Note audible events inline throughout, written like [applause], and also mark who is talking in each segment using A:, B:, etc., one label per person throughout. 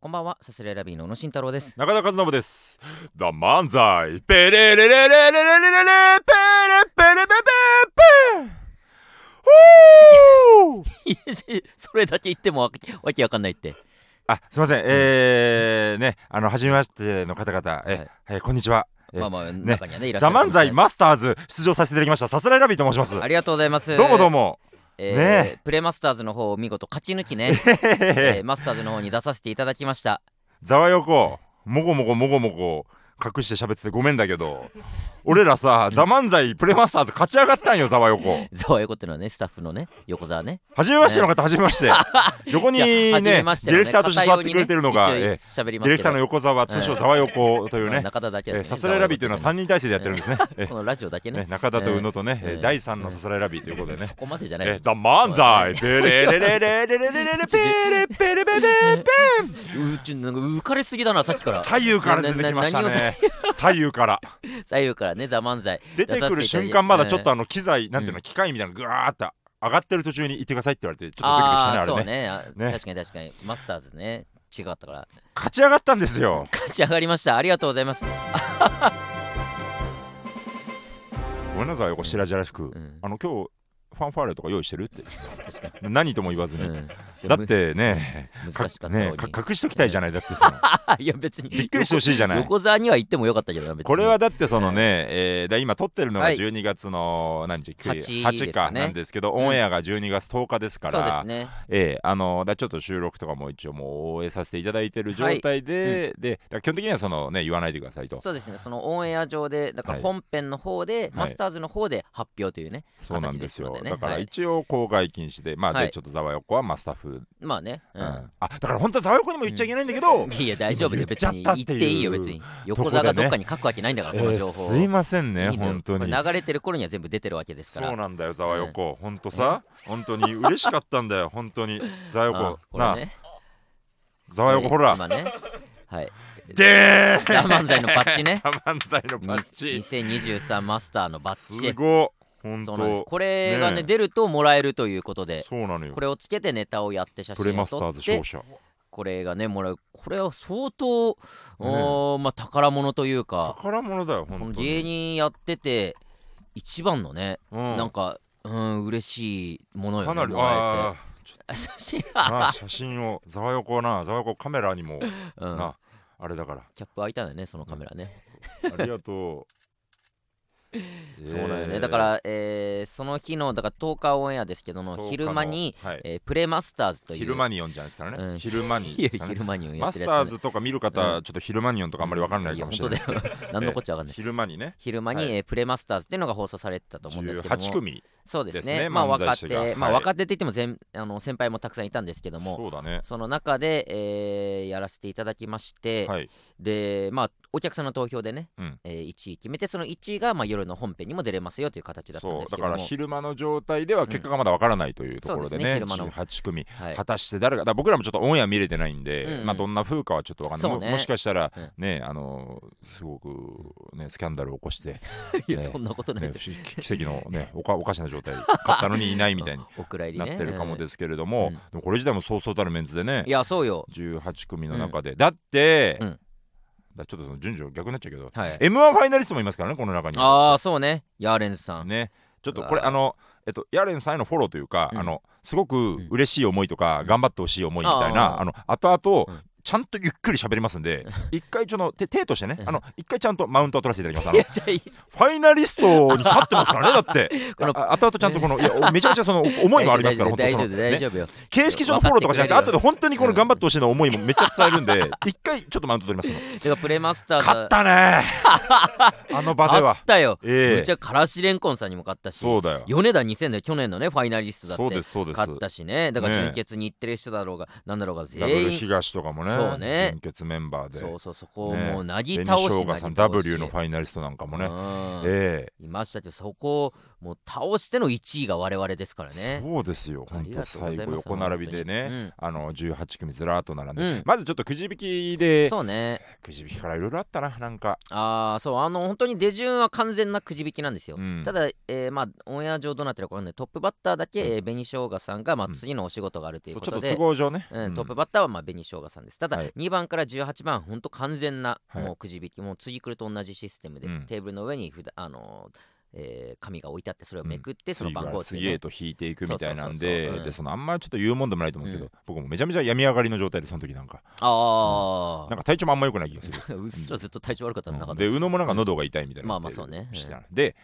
A: こんばんは、サスレラビーの小野慎太郎 [laughs] です。
B: 中田和信です。The 漫才。ペレレレレレレレレレペレペレペペペ。ほー。
A: それだけ言ってもわけわけわかんないって。
B: あ、すみません。えー、ね、あの初めましての方々、え、
A: はい
B: はい、こんにちは。え
A: まあまあ、中にはね、いらっしゃ
B: ザ
A: るか
B: 漫
A: もしれない。
B: 才マスターズ出場させていただきました。さすらいラビーと申します。
A: ありがとうございます。
B: どうもど
A: も。
B: うも。
A: えー
B: ね
A: プレマスターズの方を見事勝ち抜きね、
B: [laughs]
A: えーマスターズの方に出させていただきました。
B: ざわよこ、もごもごもごもご。隠して喋っててごめんだけど俺らさ、ザ・漫才プレマスターズ勝ち上がったんよざわよこ
A: ザワヨコっていうのはね、スタッフのね、横澤ね。
B: はじめましての方、はじめまして。横に
A: じゃあ
B: ね、
A: 初
B: デ
A: め
B: ィ
A: ましての
B: レクターとして座ってくれてるのが、
A: 片寄り
B: え
A: ね
B: え
A: 一応喋り
B: デ
A: ま
B: ィ
A: す
B: レ
A: けど
B: クターの横澤、通称
A: うん
B: ざわ横という
A: まあ
B: ね、
A: 中田だけは
B: え
A: ね
B: えさすらいラビーというのは3人体制でやってるんですね。え
A: このラジオだけ
B: え
A: ね
B: ね。中田と宇野とね、
A: ええ
B: ええ第3のさすらいラビーということでね
A: そ。こまでじゃない。
B: ええザ・漫才ペレレレレレレレレレペレペレペレペ
A: うちなんか浮かれすぎだな、さっきから。
B: 左右から出てきました
A: なな
B: ね。左右から。
A: 左右からね、ザ・漫才。
B: 出てくる瞬間、まだちょっとあの機材、なんていうの、機械みたいなのぐわーっと上がってる途中に行ってくださいって言われて、ちょっとドキドキしたね、
A: ああー、
B: あ
A: そう
B: れね。
A: ねあ
B: ね
A: 確かに確かに。マスターズね。違かったから。
B: 勝ち上がったんですよ。
A: 勝ち上がりました。ありがとうございます。
B: ごめんなさい、横白々しく。
A: うん、
B: あの今日ファンファーレとか用意してるって
A: 確
B: [laughs]
A: か
B: 何とも言わずに、
A: に。うん、
B: だってね
A: む難しかったの
B: ね
A: に
B: か隠しときたいじゃない、だっ
A: [laughs]
B: てその
A: あいや別に
B: びっくりしてほしいじゃない
A: 横沢には行ってもよかったけどな別に
B: これはだってそのね、えーだ今撮ってるのが
A: はい
B: 12月の何時、
A: 8
B: 9
A: ですか
B: か
A: ね
B: なんですけど、
A: ん
B: オンエアが12月10日ですか
A: そうで
B: ら、
A: すね
B: えーあのだちょっと収録とかも一応もう終えさせていただいてる状態で、でだから基本的にはそのね言わないでくださいと
A: そうですねそのオンエア上でだから
B: はい
A: 本編の方で、マスターズの方で発表というね
B: そうなんですよ
A: 形ですのでね
B: だから
A: はい
B: 一応公開禁止でまあ、
A: は
B: で
A: い
B: ちょっとざわよこはまあスタッフ、
A: まあね、
B: うんあだから本当はざわよこにも言っちゃいけないんだけど、
A: うんいや大丈夫で
B: 言っ
A: 別
B: ちゃっ
A: に
B: たっ
A: 言って
B: いう
A: ていいよ別に横沢がどっかに書くわけないんだから、
B: え
A: この
B: ー
A: 情報
B: すいませんね
A: いいのよ
B: 本当に
A: これ流れてる頃には全部出てるわけです
B: そ
A: から
B: うなんだよざわよこ本当さ本当に嬉しかったんだよ本当にざわよ
A: あ
B: こ
A: こ
B: な
A: れ
B: あ
A: ね
B: ざわよこほら
A: 今ねはい
B: でー
A: ザ・漫才のバッジね
B: ザ漫才の [laughs] バッチ
A: 2023マスターのバッ
B: す
A: ジ
B: ごい本
A: そうなんです
B: 当
A: これがね
B: ねえ
A: 出るともらえるということで
B: そうなのよ
A: これをつけてネタをやって写
B: プレ
A: 真を
B: マスタ
A: 撮っ
B: ーズ
A: て
B: 勝者
A: これがねもらうこれは相当、おーまあ、宝物というか
B: 宝物だよ
A: こ
B: 本
A: の
B: 当
A: 芸
B: に
A: 人やってて一番のね、
B: うん
A: なんかうん嬉しいものよ、ね、
B: かなり
A: もら
B: あー
A: えて [laughs] 写真
B: なあ写真をざわよこはなざわよこカメラにも
A: うん
B: なあれ
A: [laughs]
B: だから
A: キャップ開いたのよねそのカメラね、
B: ありがとう
A: そうだよ
B: えー
A: ねだから、えーその日のだから10日オンエアですけど
B: 10日
A: の
B: の
A: 昼間に、
B: はい
A: えープレマスターズという
B: 昼間に読んじゃうんですから
A: うん
B: ね昼間
A: [laughs]
B: に
A: いや
B: ですかね
A: 昼間にやってるや
B: マ
A: つ
B: ス
A: ね、
B: ターズとか見る方、
A: う
B: ちょっとヒルマニオンとかあんまりわからないかもしれない。
A: や本当だよ
B: [laughs]
A: 何のこっちゃわかんない、
B: 昼間にね、
A: 昼間に、
B: はい
A: えープレマスターズっていうのが放送されてたと思うんですけども
B: 18組、
A: そうですね
B: ですね
A: まあ
B: 漫
A: 若
B: 才師
A: 手、
B: がはい
A: まあ若手って言っても全あの先輩もたくさんいたんですけども
B: そうだね。
A: その中で、えーやらせていただきまして、
B: はい、
A: でまあお客さんの投票でね、
B: うん
A: えー1位決めてその1位が、まあ、夜の本編にも出れますよという形だったん
B: そ
A: で
B: う
A: す
B: だ
A: け
B: か
A: ども
B: ら昼間の状態では結果がまだわからないというところでね、
A: うんそうですね
B: 18組、
A: はい
B: 果たして誰が、だから僕らもちょっとオンエア見れてないんで、
A: うんうん
B: まあ、どんな風かはちょっとわかんない、
A: そう
B: も
A: ね
B: もしかしたら
A: うん
B: ね、あのすごく、ね、スキャンダルを起
A: [laughs]
B: こして、
A: いや
B: ね
A: そんなことない
B: ね、
A: で
B: 奇奇跡の、ね、おかおかしな状態で勝ったのにいないみた
A: [laughs]
B: いに
A: お蔵入り
B: な
A: ね
B: ってるかもですけれど
A: う
B: も、
A: ん
B: でもこれ自体もそうそうたるメンツでね
A: うんい、やそうよ
B: 18組の中で、だって、
A: うん
B: だちょっとその順序が逆になっちゃうけど、
A: はい
B: m 1ファイナリストもいますからねこの中には
A: ああそうねヤーレンズさん、
B: ねちょっと
A: うわー
B: これあのえっとヤーレンさんへのフォローというか、
A: うん
B: あのすごく
A: ん
B: 嬉しい思いとか、
A: うん
B: 頑張ってほしい思いみたい
A: あ
B: な
A: ー
B: あの後
A: う
B: 々
A: ん
B: ちゃんとゆっくり喋りますんで、一回ちょっと手手としてね
A: う、ん
B: あの一回ちゃんとマウントを取らせていただきます。あ
A: [laughs] い
B: の
A: やじゃあいい
B: ファイナリストに勝ってますからね、だって。
A: [laughs] この
B: あ後々ちゃんとこの、い
A: [laughs]
B: や、めちゃめちゃその思いもありますから、本当
A: 大
B: にそ
A: 丈
B: の、
A: 夫大
B: ね、
A: 丈夫よ、
B: 形式上のフォローとかじゃ
A: 分かってくれ
B: なくて、
A: る
B: 後で本当にこの頑張ってほしいの思いもめっちゃ伝えるんで、一回ちょっとマウント取ります。あの
A: だからプレマスターズ
B: 勝ったね [laughs] あの場で
A: あ
B: は
A: ったよ、
B: ええ
A: むちゃからしれんこんさんにも勝ったし
B: そうだよ
A: 米田2000で去年のねファイナリストだって
B: そうですそうです
A: 勝ったしねだから
B: ねえ
A: 純潔に行ってる人だろうが、なんだろうが
B: ダブル
A: 全員
B: 東とかもね
A: そうね
B: 純血メンバーで
A: そうそうそこを
B: ね
A: もうなぎ
B: 紅
A: 倒し
B: しょ
A: な
B: うが
A: ぎ
B: さん
A: 倒し
B: W のファイナリストなんかもね
A: うん
B: え
A: いましたけどそこをもう倒しての1位が我々ですからね。
B: そうですよ、
A: あ
B: 本
A: り
B: 当
A: がとうござい
B: 最
A: ます
B: 後横並びで
A: 本当に
B: ね、あの18組ずらーっと並んで、
A: うん
B: まずちょっとくじ引きで、
A: そうね。
B: くじ引きからいろいろあったな、なんか、
A: ああ、そう、あの、本当に出順は完全なくじ引きなんですよ。
B: うん
A: ただ、えーまあ、オンエア上どうなってるかわかんない。トップバッターだけ、
B: うん
A: えー紅生姜さんが、まあ、
B: うん
A: 次のお仕事があるとい
B: そうう
A: こ
B: ちょ
A: と
B: っと都
A: で、
B: 合上ね、
A: うん
B: うん
A: トップバッターは、まあ、紅生姜さんです。ただ、
B: はい
A: 2番から18番、本当完全な、
B: はい
A: もうくじ引き、もう次来ると同じシステムで、
B: うん
A: テーブルの上にふだ、あのーえー紙が置いてあって、それをめくって、その
B: 次か
A: 番号
B: ら
A: を
B: 次へと引いていくみたいなんで、
A: そうそうそうそううん
B: でそのあんまちょっと言うもんでもないと思うんですけど、僕もめちゃめちゃ病み上がりの状態で、その時なんか、
A: あ
B: なんか体調もあんま良くない気がする。
A: [laughs] あ、うっすらずっと体調悪かったの中
B: で、
A: で。
B: 宇野もなんか喉が痛いみたいな。
A: まあまあそうね
B: してたので、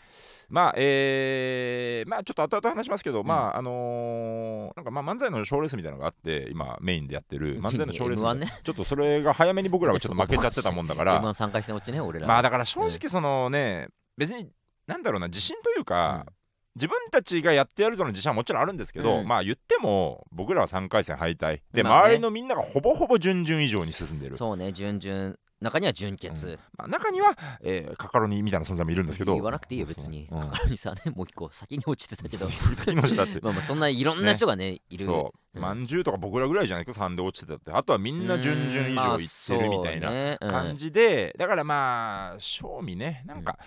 B: まあ、えーまあちょっと後々話しますけど、まあ、あのーなんかまあ漫才の賞レースみたいなのがあって、今メインでやって
A: [laughs]
B: る漫才の賞レースみたいな
A: M1 ね
B: ちょっとそれが早めに僕ら
A: [laughs]
B: がちょっと負けちゃってたもんだから、
A: M13 回戦落ちね、俺ら。
B: まあだから正直そのね、別に、なんだろうな、自信というか、
A: うん
B: 自分たちがやってやるとの自信はもちろんあるんですけど、
A: うん
B: まあ言っても僕らは3回戦敗退で、
A: まあね
B: 周りのみんながほぼほぼ準々以上に進んでる
A: そうね、準々、中には準決。
B: まあ、中には、えーカカロニみたいな存在もいるんですけど
A: 言わなくていいよ、別に。
B: うん
A: カカロニさんね、もう一個、先に落ちてたけど。
B: 先の人だっ
A: [laughs]
B: て
A: まあまあ、そんないろんな人がね、いる。
B: そう、
A: うん
B: まんじゅうとか僕らぐらいじゃないですか3で落ちてたってあとはみ
A: うん
B: な準々以上いってるみたいな感じで、だからまあ賞味ねなんか、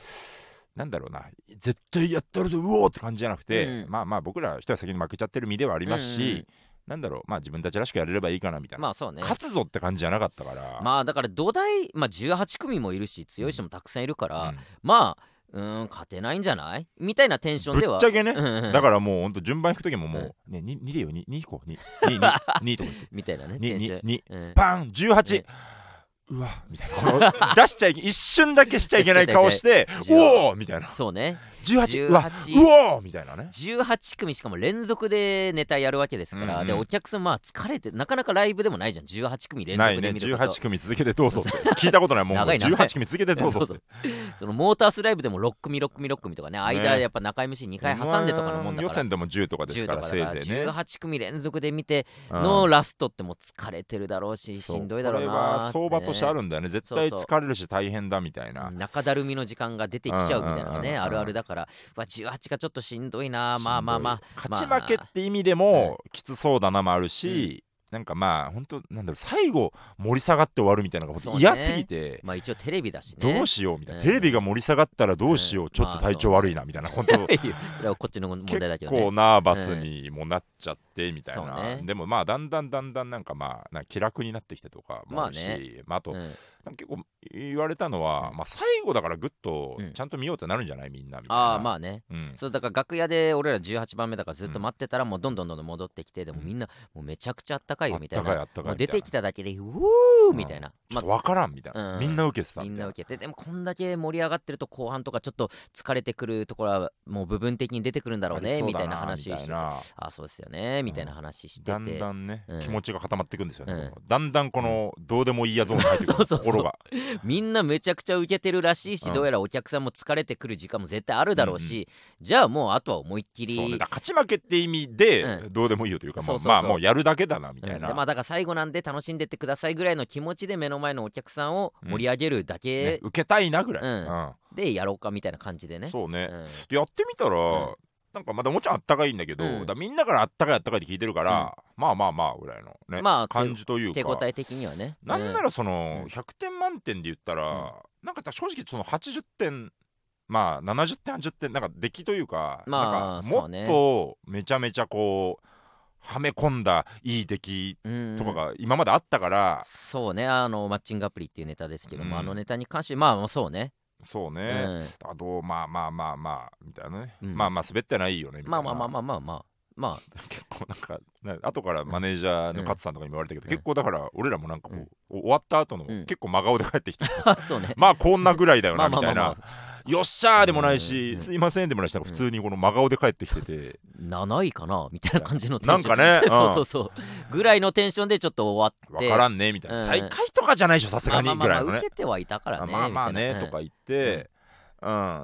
B: なんだろうな絶対やったるぞうおーって感じじゃなくて、
A: うん
B: まあまあ僕ら一人は先に負けちゃってる身ではありますし、
A: うんうん
B: なんだろうまあ自分たちらしくやれればいいかなみたいな、
A: まあそうね。
B: 勝つぞって感じじゃなかったから、
A: まあだから土台、まあ、18組もいるし強い人もたくさんいるから、
B: うん
A: まあうーん勝てないんじゃないみたいなテンション
B: ぶ
A: では
B: っちゃけね、
A: うんうん
B: だからもうほんと順番引く時ももう、ね、2, でよ2引こう22
A: [laughs]
B: 2とか
A: みたいなね
B: 言
A: テ
B: っ
A: ンシ
B: て
A: ョン、
B: 22
A: うん
B: バン18
A: ね、
B: うわみたいなこの出しちゃいけ一瞬だけしちゃいけない
A: [laughs]
B: 顔して
A: 確かに
B: おおみたいな
A: そうね
B: 18うわ
A: 18
B: うおみたいなね
A: 18組しかも連続でネタやるわけですから、
B: うんうん
A: でお客さんまあ疲れてなかなかライブでもないじゃん18組連
B: な
A: 続
B: いね
A: で見ること
B: 18組続けてどうぞって聞いたことないもん
A: 長い長い
B: 18組続 [laughs] けてどうぞ
A: ど
B: っ
A: うぞ
B: て
A: [laughs] そのモータースライブでも6組6組6組とかね間やっぱ中 MC2 回挟んでとかのもんだ
B: 予
A: から、
B: 選でも10とかです
A: 10と
B: から
A: かだか
B: せい
A: ら
B: ぜいね
A: 18組連続で見て
B: うん
A: のラストってもう疲れてるだろうし
B: そう
A: しんどいだろうな
B: これ
A: ーっ
B: は
A: てね
B: 相場としてあるんだよね絶対
A: そうそう
B: 疲れるし大変だみたいな
A: 中だるみの時間が出てきちゃうみたいなのが
B: うんうんうんう
A: ね
B: ん
A: あるあるだからうわ18がちょっとしんどいな
B: しんどい
A: まあまあまあ
B: 勝ち負けって意味でもきつそうだなもあるし、なんかまあ本当なんだろう最後盛り下がって終わるみたいなのが
A: そう
B: 僕
A: ね
B: 嫌すぎて、
A: まあ一応テレビだしね
B: どうしようみたいな、
A: うん
B: テレビが盛り下がったらどうしよう、
A: うん
B: ちょっと体調悪いなみたいな、本当
A: いや [laughs] それはこっちの問題だけ
B: 結
A: どね
B: 構ナーバスにもなっちゃってみたいな、
A: そうね
B: でもまあだんだんだんだんなんかまあなんか気楽になってきてとかもあるし、
A: まあ
B: まああと、
A: うん
B: なんか結構言われたのは、
A: う
B: まあ、最後だからぐっと
A: うん
B: ちゃんと見ようってなるんじゃないみんなみたいな。
A: ああまあね
B: うん
A: そうだから楽屋で俺ら18番目だからずっと待ってたらもうどんどんどんどん戻ってきてでもみんなもうめちゃくちゃあったかい
B: あ
A: よ
B: っ
A: みた
B: た
A: い
B: かい
A: な
B: あったか
A: も
B: いうみ
A: 出
B: たい
A: て
B: な
A: きただけでう
B: う
A: ー
B: ん
A: みたいな
B: ち
A: ま
B: ょっ
A: あ
B: と分からんみたいな、
A: うん
B: みんな受けてた
A: み
B: み
A: ん
B: た
A: な
B: いな
A: 受けてでもこんだけ盛り上がってると後半とかちょっと疲れてくるところはもう部分的に出てくるんだろうねみたいな話
B: あ
A: を
B: り
A: し
B: そう
A: て
B: だなみたいな
A: あそうですよねみたいな話してて、
B: だんだんね、
A: うん
B: 気持ちが固まっていくんですよね、
A: うん
B: こうだんだんこの、どうでもいいやゾーンに入ってくる
A: [laughs] そうそうそう
B: 心が
A: みんなめちゃくちゃ受けてるらしいし、
B: うん
A: どうやらお客さんも疲れてくる時間も絶対あるだろうし、じゃあもうあとは思いっきり
B: そうねだから勝ち負けって意味で、
A: う
B: どうでもいいよというかまあ
A: そうそうそう
B: まあもうやるだけだなみたい
A: うん
B: な、
A: でまあだから最後なんで楽しんでってくださいぐらいの気持ちで目の前のお客さんを盛り上げるだ
B: ね
A: け
B: 受けたいなぐらい、
A: うんでやろうかみたいな感じで
B: う
A: ね
B: ん。そうね、
A: うん
B: でやってみたら、
A: うん
B: なんかまだもちろんあったかいんだけど、
A: うん
B: だからみんなからあったかいあったかいって聞いてるから、まあまあまあぐらいの、ね
A: まあ
B: 感じという
A: 手応
B: か
A: え的にはね。
B: なんな
A: ら
B: らその、
A: うん
B: 100点満点で言ったら、なんか正直その80点まあ70点80点なんか出来というか,、
A: まあ
B: なんか
A: そう
B: も
A: ね
B: っとめちゃめちゃこうはめ込んだいい出来とかが今まであったから、
A: そうねあのマッチングアプリっていうネタですけども、
B: うん
A: あのネタに関してまあそうね、
B: そう
A: う
B: ね、
A: ん、
B: あどうまあまあまあまあみたいなね、
A: うん
B: まあまあ滑ってないよねみたい
A: ま
B: な
A: あまあまあ
B: [laughs]
A: まあまあまあまあ
B: 結構なんかな後からマネージャーの勝さんとかにも言われたけど、
A: うん
B: 結構だから俺らもなんかこう、
A: うん
B: お終わった後の、
A: うん
B: 結構真顔で帰ってきた [laughs]
A: [laughs] そうね
B: まあこんなぐらいだよ
A: まあま
B: なみ
A: あま
B: た
A: あま
B: いな
A: あ
B: よっしゃーでもないし、
A: うん
B: すいませんでもないしなんか
A: うん
B: 普通にこの真顔で帰ってきてて、
A: 7位かなみたいな感じのテ
B: な
A: ン
B: ん
A: ショ [laughs]
B: か
A: ン
B: ね
A: そうそうそうぐらいのテンションでちょっと終
B: うん
A: わっ
B: わ
A: て
B: からんねみたいな、
A: うん
B: 再開とかじゃないでしょさすが
A: まあ
B: に
A: ま
B: ぐ
A: あま
B: ら
A: あ
B: いのね
A: 受けてはいたから
B: あ
A: ね
B: まあまあね
A: みたいな
B: と
A: うん
B: か言って、うん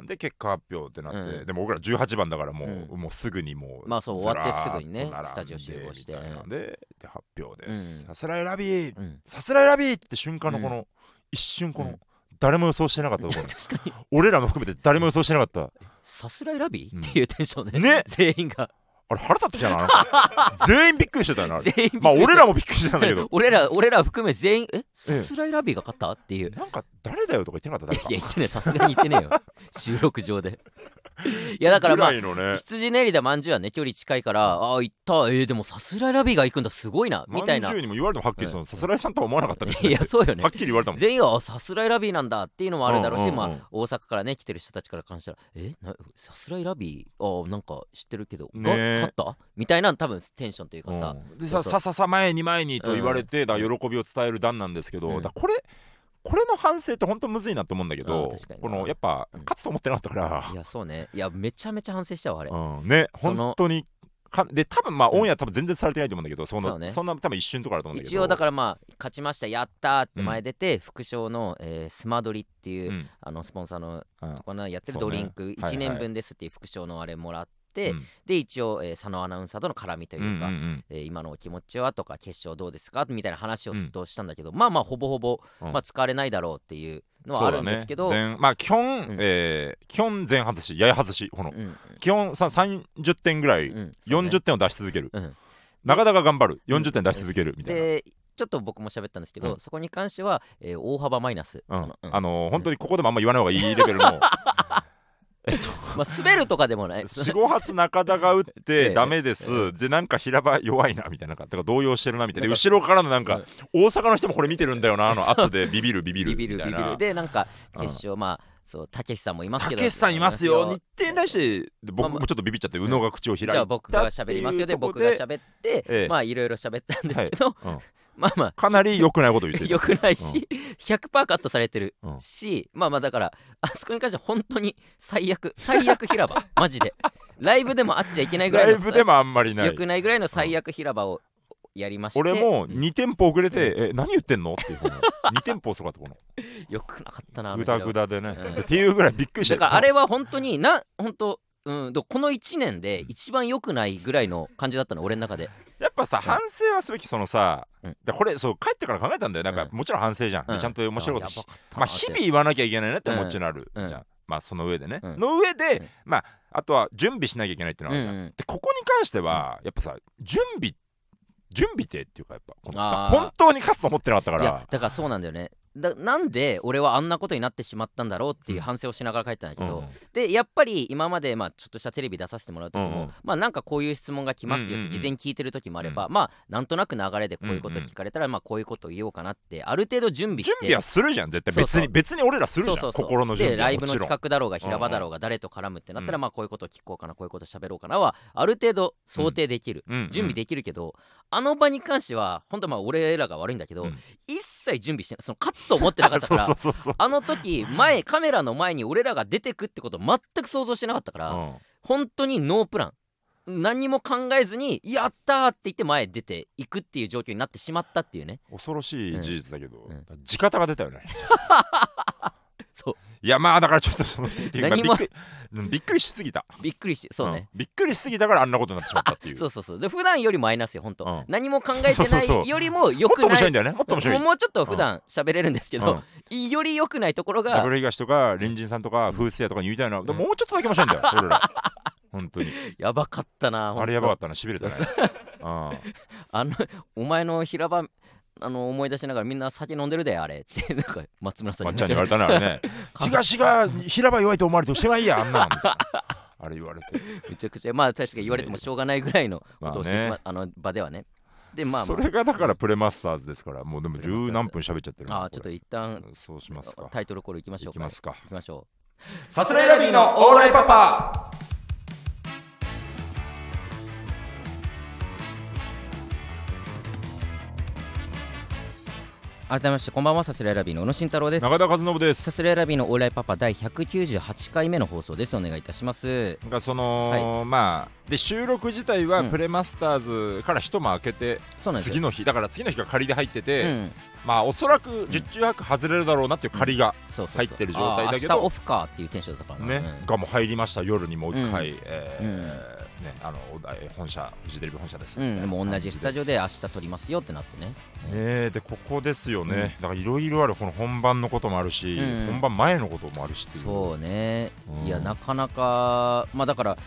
B: で結果発表ってなって、
A: うん
B: でも僕ら18番だからもう,、
A: う
B: もうすぐにもう
A: まあそう終わってすぐにね
B: ずらーっ
A: ス
B: と並んで
A: タジオ集合して
B: みたいなのでで発表です、
A: うん
B: さすらいラビー
A: うん
B: さすらいラビーって瞬間のこの、一瞬こ
A: う
B: の
A: ん
B: 誰も予想してなかったところ
A: [laughs] 確かに
B: 俺らも含めて誰も予想してなかった
A: さすらいラビ
B: う
A: ー
B: ん
A: っていうテンションね
B: ね
A: 全員が
B: あれ腹立ったじゃ
A: [laughs]
B: んあの全員びっくりしてたよなあれ
A: 全員
B: まあ俺らもびっくりしてたんだけど
A: [laughs] 俺ら俺ら含め全員えさすらいラビーが勝ったっていう
B: [laughs] なんか誰だよとか言ってなかった
A: いや
B: 誰
A: 言
B: か
A: ってねえさすがに言ってねえよ
B: [laughs]
A: 収録上でいやだからまあ
B: ぐいのね
A: 羊練りだまんじゅうはね距離近いからああ行ったえー、でもさすらいラビーが行くんだすごいなみたいな
B: まんじゅうにも言われてもはっきりそのさすらいさんとは思わなかったです
A: い
B: ね
A: やそうよね
B: はっきり言われたもん
A: 全員はあさすらいラビーなんだっていうのもあるだろうし、
B: うんうんうん
A: まあ、大阪からね来てる人たちから関したら「えなさすらいラビーあなんか知ってるけど、
B: ね
A: が
B: え
A: 勝った?」みたいな多分テンションというかさ、
B: うんで
A: そう
B: さ
A: そう
B: さささ前に前にと言われて、だ
A: うん
B: 喜びを伝える段なんですけど、
A: うん
B: だこれこれの反省って本当むずいなと思うんだけ
A: あー
B: ど
A: 確かにな
B: このやっぱ
A: うん
B: 勝つと思ってなかったから
A: い、やそうねいやめちゃめちゃ反省したわあれ、
B: うんね
A: その
B: 本当にかで多分まあ
A: うん
B: オンエア多分全然されてないと思うんだけどその
A: そ
B: そ,、
A: うね
B: んな多分一瞬とかだと思うんだけど、
A: 一応だかららまあ勝ちましたやったーって前出て、副賞の、えースマドリっていう、
B: うん
A: あのスポンサーの
B: うん
A: とこのやってる
B: そ
A: ド
B: うね
A: リンク
B: はい
A: 1年分ですっていう副賞のあれもらって、
B: うん
A: で一応、えー佐野アナウンサーとの絡みというか、
B: うんうん
A: えー今のお気持ちはとか決勝どうですかみたいな話をずっとしたんだけど、まあまあほぼほぼ、
B: うん
A: まあ、使われないだろうっていう
B: うん
A: のはあるんですけど
B: そうだね前まあ基本、
A: ん
B: えー基本全外しやや外しこの、
A: うんうん
B: 基本さ30点ぐらい、
A: うんそうね
B: 40点を出し続ける、
A: うん
B: なかなか頑張る40点出し続けるみたいな、
A: でちょっと僕も喋ったんですけど、
B: うん
A: そこに関しては、えー大幅マイナス、
B: うん
A: そのうん
B: あのー本当にここでもあんま言わない方がいいレ
A: [laughs]
B: ベルのえっと
A: まあ、滑るとかでも
B: [laughs]
A: ない
B: 45発中田が打っ
A: [laughs] ええ
B: てダメです、
A: え
B: でなんか平場弱いなみたいななんか動揺してるなみたいなで
A: なんか
B: 後ろからのなん
A: う
B: か
A: ん、
B: 大阪の人もこれ見てるんだよな
A: [laughs]
B: あの圧でビビるビビ
A: ビ
B: る
A: ビ
B: み
A: るビ
B: たい
A: ビ
B: な
A: る。でなんか
B: うん
A: 決勝、まあそうたけしさんもいます
B: た
A: けど
B: けしさんいますよ日程に対してで
A: まあ
B: 僕もちょっとビビっちゃって宇野が口を開いた
A: じゃあ僕が喋りますよで
B: っていうとこ
A: 僕が喋って、
B: ええ
A: まあいろいろ喋ったんですけど、
B: うん
A: [laughs] まあまあ
B: かなり良くないこと言ってる
A: 良くないし、100%カットされてる
B: うん
A: し、まあまあだからあそこに関しては本当に最悪最悪平
B: [laughs]
A: 場マジでライブでも会っちゃいけないぐらい
B: ラ
A: の
B: イブでもあんまりな
A: 良
B: い
A: くないぐらいの最悪平場をやりまして
B: 俺も
A: うん
B: 2店舗遅れて、え何言ってんのっ
A: [laughs]
B: ていう2店舗遅かったこの
A: 良くなかったな
B: グダグダでね、
A: うん
B: っていうぐらいびっくりして
A: だからあれは本当にな本当うん、でこの1年で一番良くないぐらいの感じだったの俺の中で
B: やっぱさ、反省はすべきそのさ、
A: うん
B: でこれそう帰ってから考えたんだよなんか、
A: う
B: もちろん反省じゃん、で
A: うん
B: ちゃんと面白いこ
A: あ
B: と
A: や
B: し
A: ばかった
B: ま
A: な
B: あ日々言わなきゃいけないなって
A: うん
B: もちろんある、
A: うん
B: じゃんまあその上でね、
A: うん
B: の上で、
A: うん
B: まああとは準備しなきゃいけないっていうのがあるじゃん、
A: うんうん
B: でここに関してはやっぱさ準備準備ってっていうかやっぱこの
A: あー
B: 本当に勝つと思ってなかったか
A: いや
B: ら
A: だからそうなんだよねだなんで俺はあんなことになってしまったんだろうっていう反省をしながら帰ったんだけど、
B: うん
A: でやっぱり今までまあちょっとしたテレビ出させてもらう時も、
B: うんうん
A: まあなんかこういう質問が来ますよ
B: うん
A: っ
B: うん
A: て事
B: うん
A: 前に聞いてる時もあれば、まあなんとなく流れでこういうこと聞かれたら、まあこういうことを言おうかなってある程度準備して
B: 準備はするじゃん絶対別に
A: そうそう
B: 別に俺らするじゃん心の準
A: で
B: 備
A: ラ
B: は
A: イブ
B: も
A: の
B: ちろん
A: 企画だろうが平場だろうが誰と絡むってなったら、まあこういうことを聞こうかなこういうことを喋ろうかなはある程度想定できる、
B: うんうん
A: 準備できるけど、あの場に関しては本当まあ俺らが悪いんだけど、
B: うん
A: 一切準備してないその勝つと思ってなかったから
B: [laughs] そうそうそうそう
A: あの時前カメラの前に俺らが出てくってこと全く想像してなかったから、
B: うん
A: 本当にノープラン何にも考えずに「やった!」って言って前へ出ていくっていう状況になってしまったっていうね
B: 恐ろしい事実だけど、
A: うん
B: 地方が出たよね
A: [laughs] そう
B: いやまあだからちょっとそのっていうか
A: 何
B: び
A: も
B: っくりうんびっくりしすぎた
A: びっくりして [laughs] そうね、
B: うんびっくりしすぎたからあんなことになってしまったってい
A: [laughs]
B: う
A: そうそうそうで普段よりもマイナスよ本当、
B: うん
A: 何も考えて
B: そうそうそ
A: な
B: う
A: いよりも良
B: もっ
A: く
B: と面
A: な
B: 白い
A: い
B: んだよねもっと面白い
A: もうもうちょっと普段喋れるんですけど、より良くないところ
B: ダ
A: が
B: ブル東とか隣人さんとか風水屋とかに言いたいな、でももうちょっとだけ面白いんだよ俺ら
A: [laughs]
B: 本当に
A: やばかったなほんと
B: あれやばかったなし
A: [laughs]
B: びれたねうん
A: あのお前の平場あの思い出しながらみんな酒飲んでるであれってなんか松村さん
B: まっ
A: に
B: ちゃ
A: 言
B: ん
A: っ
B: に言
A: ちゃ
B: わ
A: う
B: れたなあれね東が平場弱いと思われておしまいやあ
A: [laughs]
B: んなんみたいなあれ言われて
A: めちゃくちゃまあ確かに言われてもしょうがないぐらいのことをしてしま
B: まあ
A: うあの場ではねでまあ、ま
B: それがだからプレマスターズですからもうでも
A: プレマスター
B: 十
A: ズ
B: 何分喋っちゃってる
A: あ、あーちょっと
B: い
A: 一旦
B: そうしますか
A: タイトルコールいきましょう
B: い
A: か
B: きますか
A: 行きましょ
B: さすらいラビーのオーライパパ
A: う改めましてこんばんはサスレラビーの小野慎太郎です
B: 中田和信です
A: サスレラビーのオーライパパ第198回目の放送ですお願いいたします
B: なんかその、まあで収録自体は
A: うん
B: プレマスターズから一間開けて、
A: そうなんですよ
B: 次の日だから次の日が仮で入ってて、
A: うん
B: まあおそらく十中八九外れるだろうなっていう仮が、
A: そうそうそう
B: 入ってる状態だけど
A: あー明日オフかっていうテンションだったからな
B: ね、
A: うん
B: がもう入りました夜にもう一回、えー
A: うん
B: ね、あのおえ本社フジテレビ本社です
A: う
B: みたい
A: ん、
B: な
A: でも同じスタ
B: ジ
A: ジオで明日撮りますよってなってね。
B: オねえでここですよね、だからいろいろあるこの本番のこともあるし、
A: うん
B: 本番前のこともあるしっていう
A: そうね、
B: うん
A: いやなかなかまあだから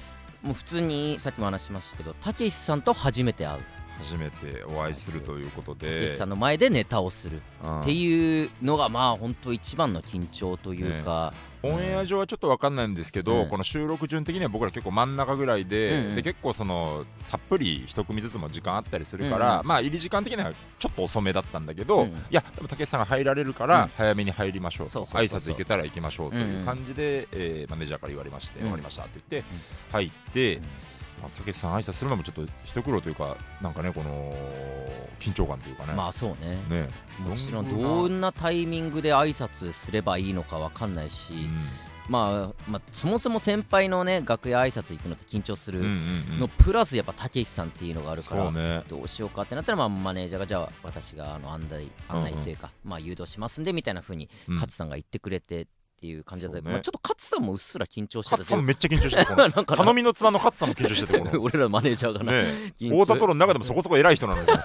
A: もう普通にさっきも話しましたけどたけしさんと初めて会う
B: 初めてお会いするということ
A: たけ
B: で
A: しさんの前でネタをする
B: うん
A: っていうのがまあ本当一番の緊張というか、
B: オンエア上はちょっと分かんないんですけど、
A: うん
B: この収録順的には僕ら結構真ん中ぐらいで,、
A: うんうん
B: で結構そのたっぷり一組ずつも時間あったりするから、
A: うんう
B: まあ入り時間的にはちょっと遅めだったんだけど、
A: うん
B: いやでも武さんが入られるか
A: う
B: ら
A: ん
B: 早めに入りましょうと、
A: そうそうそうそう
B: 挨拶行けたら行きましょうとい
A: んう
B: うんう感じで、えーマネージャーから言われまして、
A: うん
B: 終わりましたって言って入って、
A: うん
B: まあ、武さん挨拶するのもちょっと一苦労というかなんかねこの緊張感というかね。
A: まあそうね
B: ね
A: もちろん
B: ど
A: どんなタイミングで挨拶すればいいのかわかんないし、まあ、まあそもそも先輩のね楽屋挨拶行くのって緊張す
B: うんうん
A: る
B: うんう
A: の
B: ん
A: プラスやっぱたけしさんっていうのがあるから、
B: そうね
A: どうしようかってなったら、まあ、マネージャーがじゃあ私があの案内案内というか、まあ、誘導しますんでみたいな風に
B: うん
A: 勝さんが言ってくれてっていう感じだったけど、
B: そうね
A: まあ、ちょっと勝さんもうっすら緊張してた
B: 勝
A: け
B: さん
A: ど
B: もめっちゃ緊張してたこの
A: [laughs] なんかな
B: 頼みの綱の勝さんも緊張しててこ
A: [laughs]
B: の
A: 俺らのマネージャーがな、
B: ね
A: 緊張
B: 太田プロの中でもそこそこ偉い人なのに結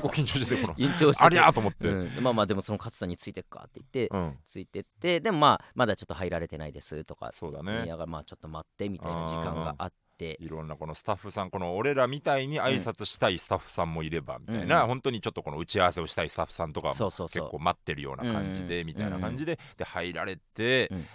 B: 構緊張して
A: [laughs]
B: てこの
A: 緊張してて
B: ありゃーと思って、うん
A: うん、まあまあでもその勝さんについてくかって言って、ついてってでもまあまだちょっと入られてないですとか
B: そうだ
A: 言い
B: ね
A: ながらまあちょっと待ってみたいな時間があって
B: いろんなこのスタッフさんこの俺らみたいに挨拶したいスタッフさんもいればみたい
A: うん
B: な、
A: うん
B: 本当にちょっとこの打ち合わせをしたいスタッフさんとかも
A: そうそうそう
B: 結構待ってるような感じ
A: うん
B: で、
A: うん
B: みたいな感じで、で入られて、
A: うん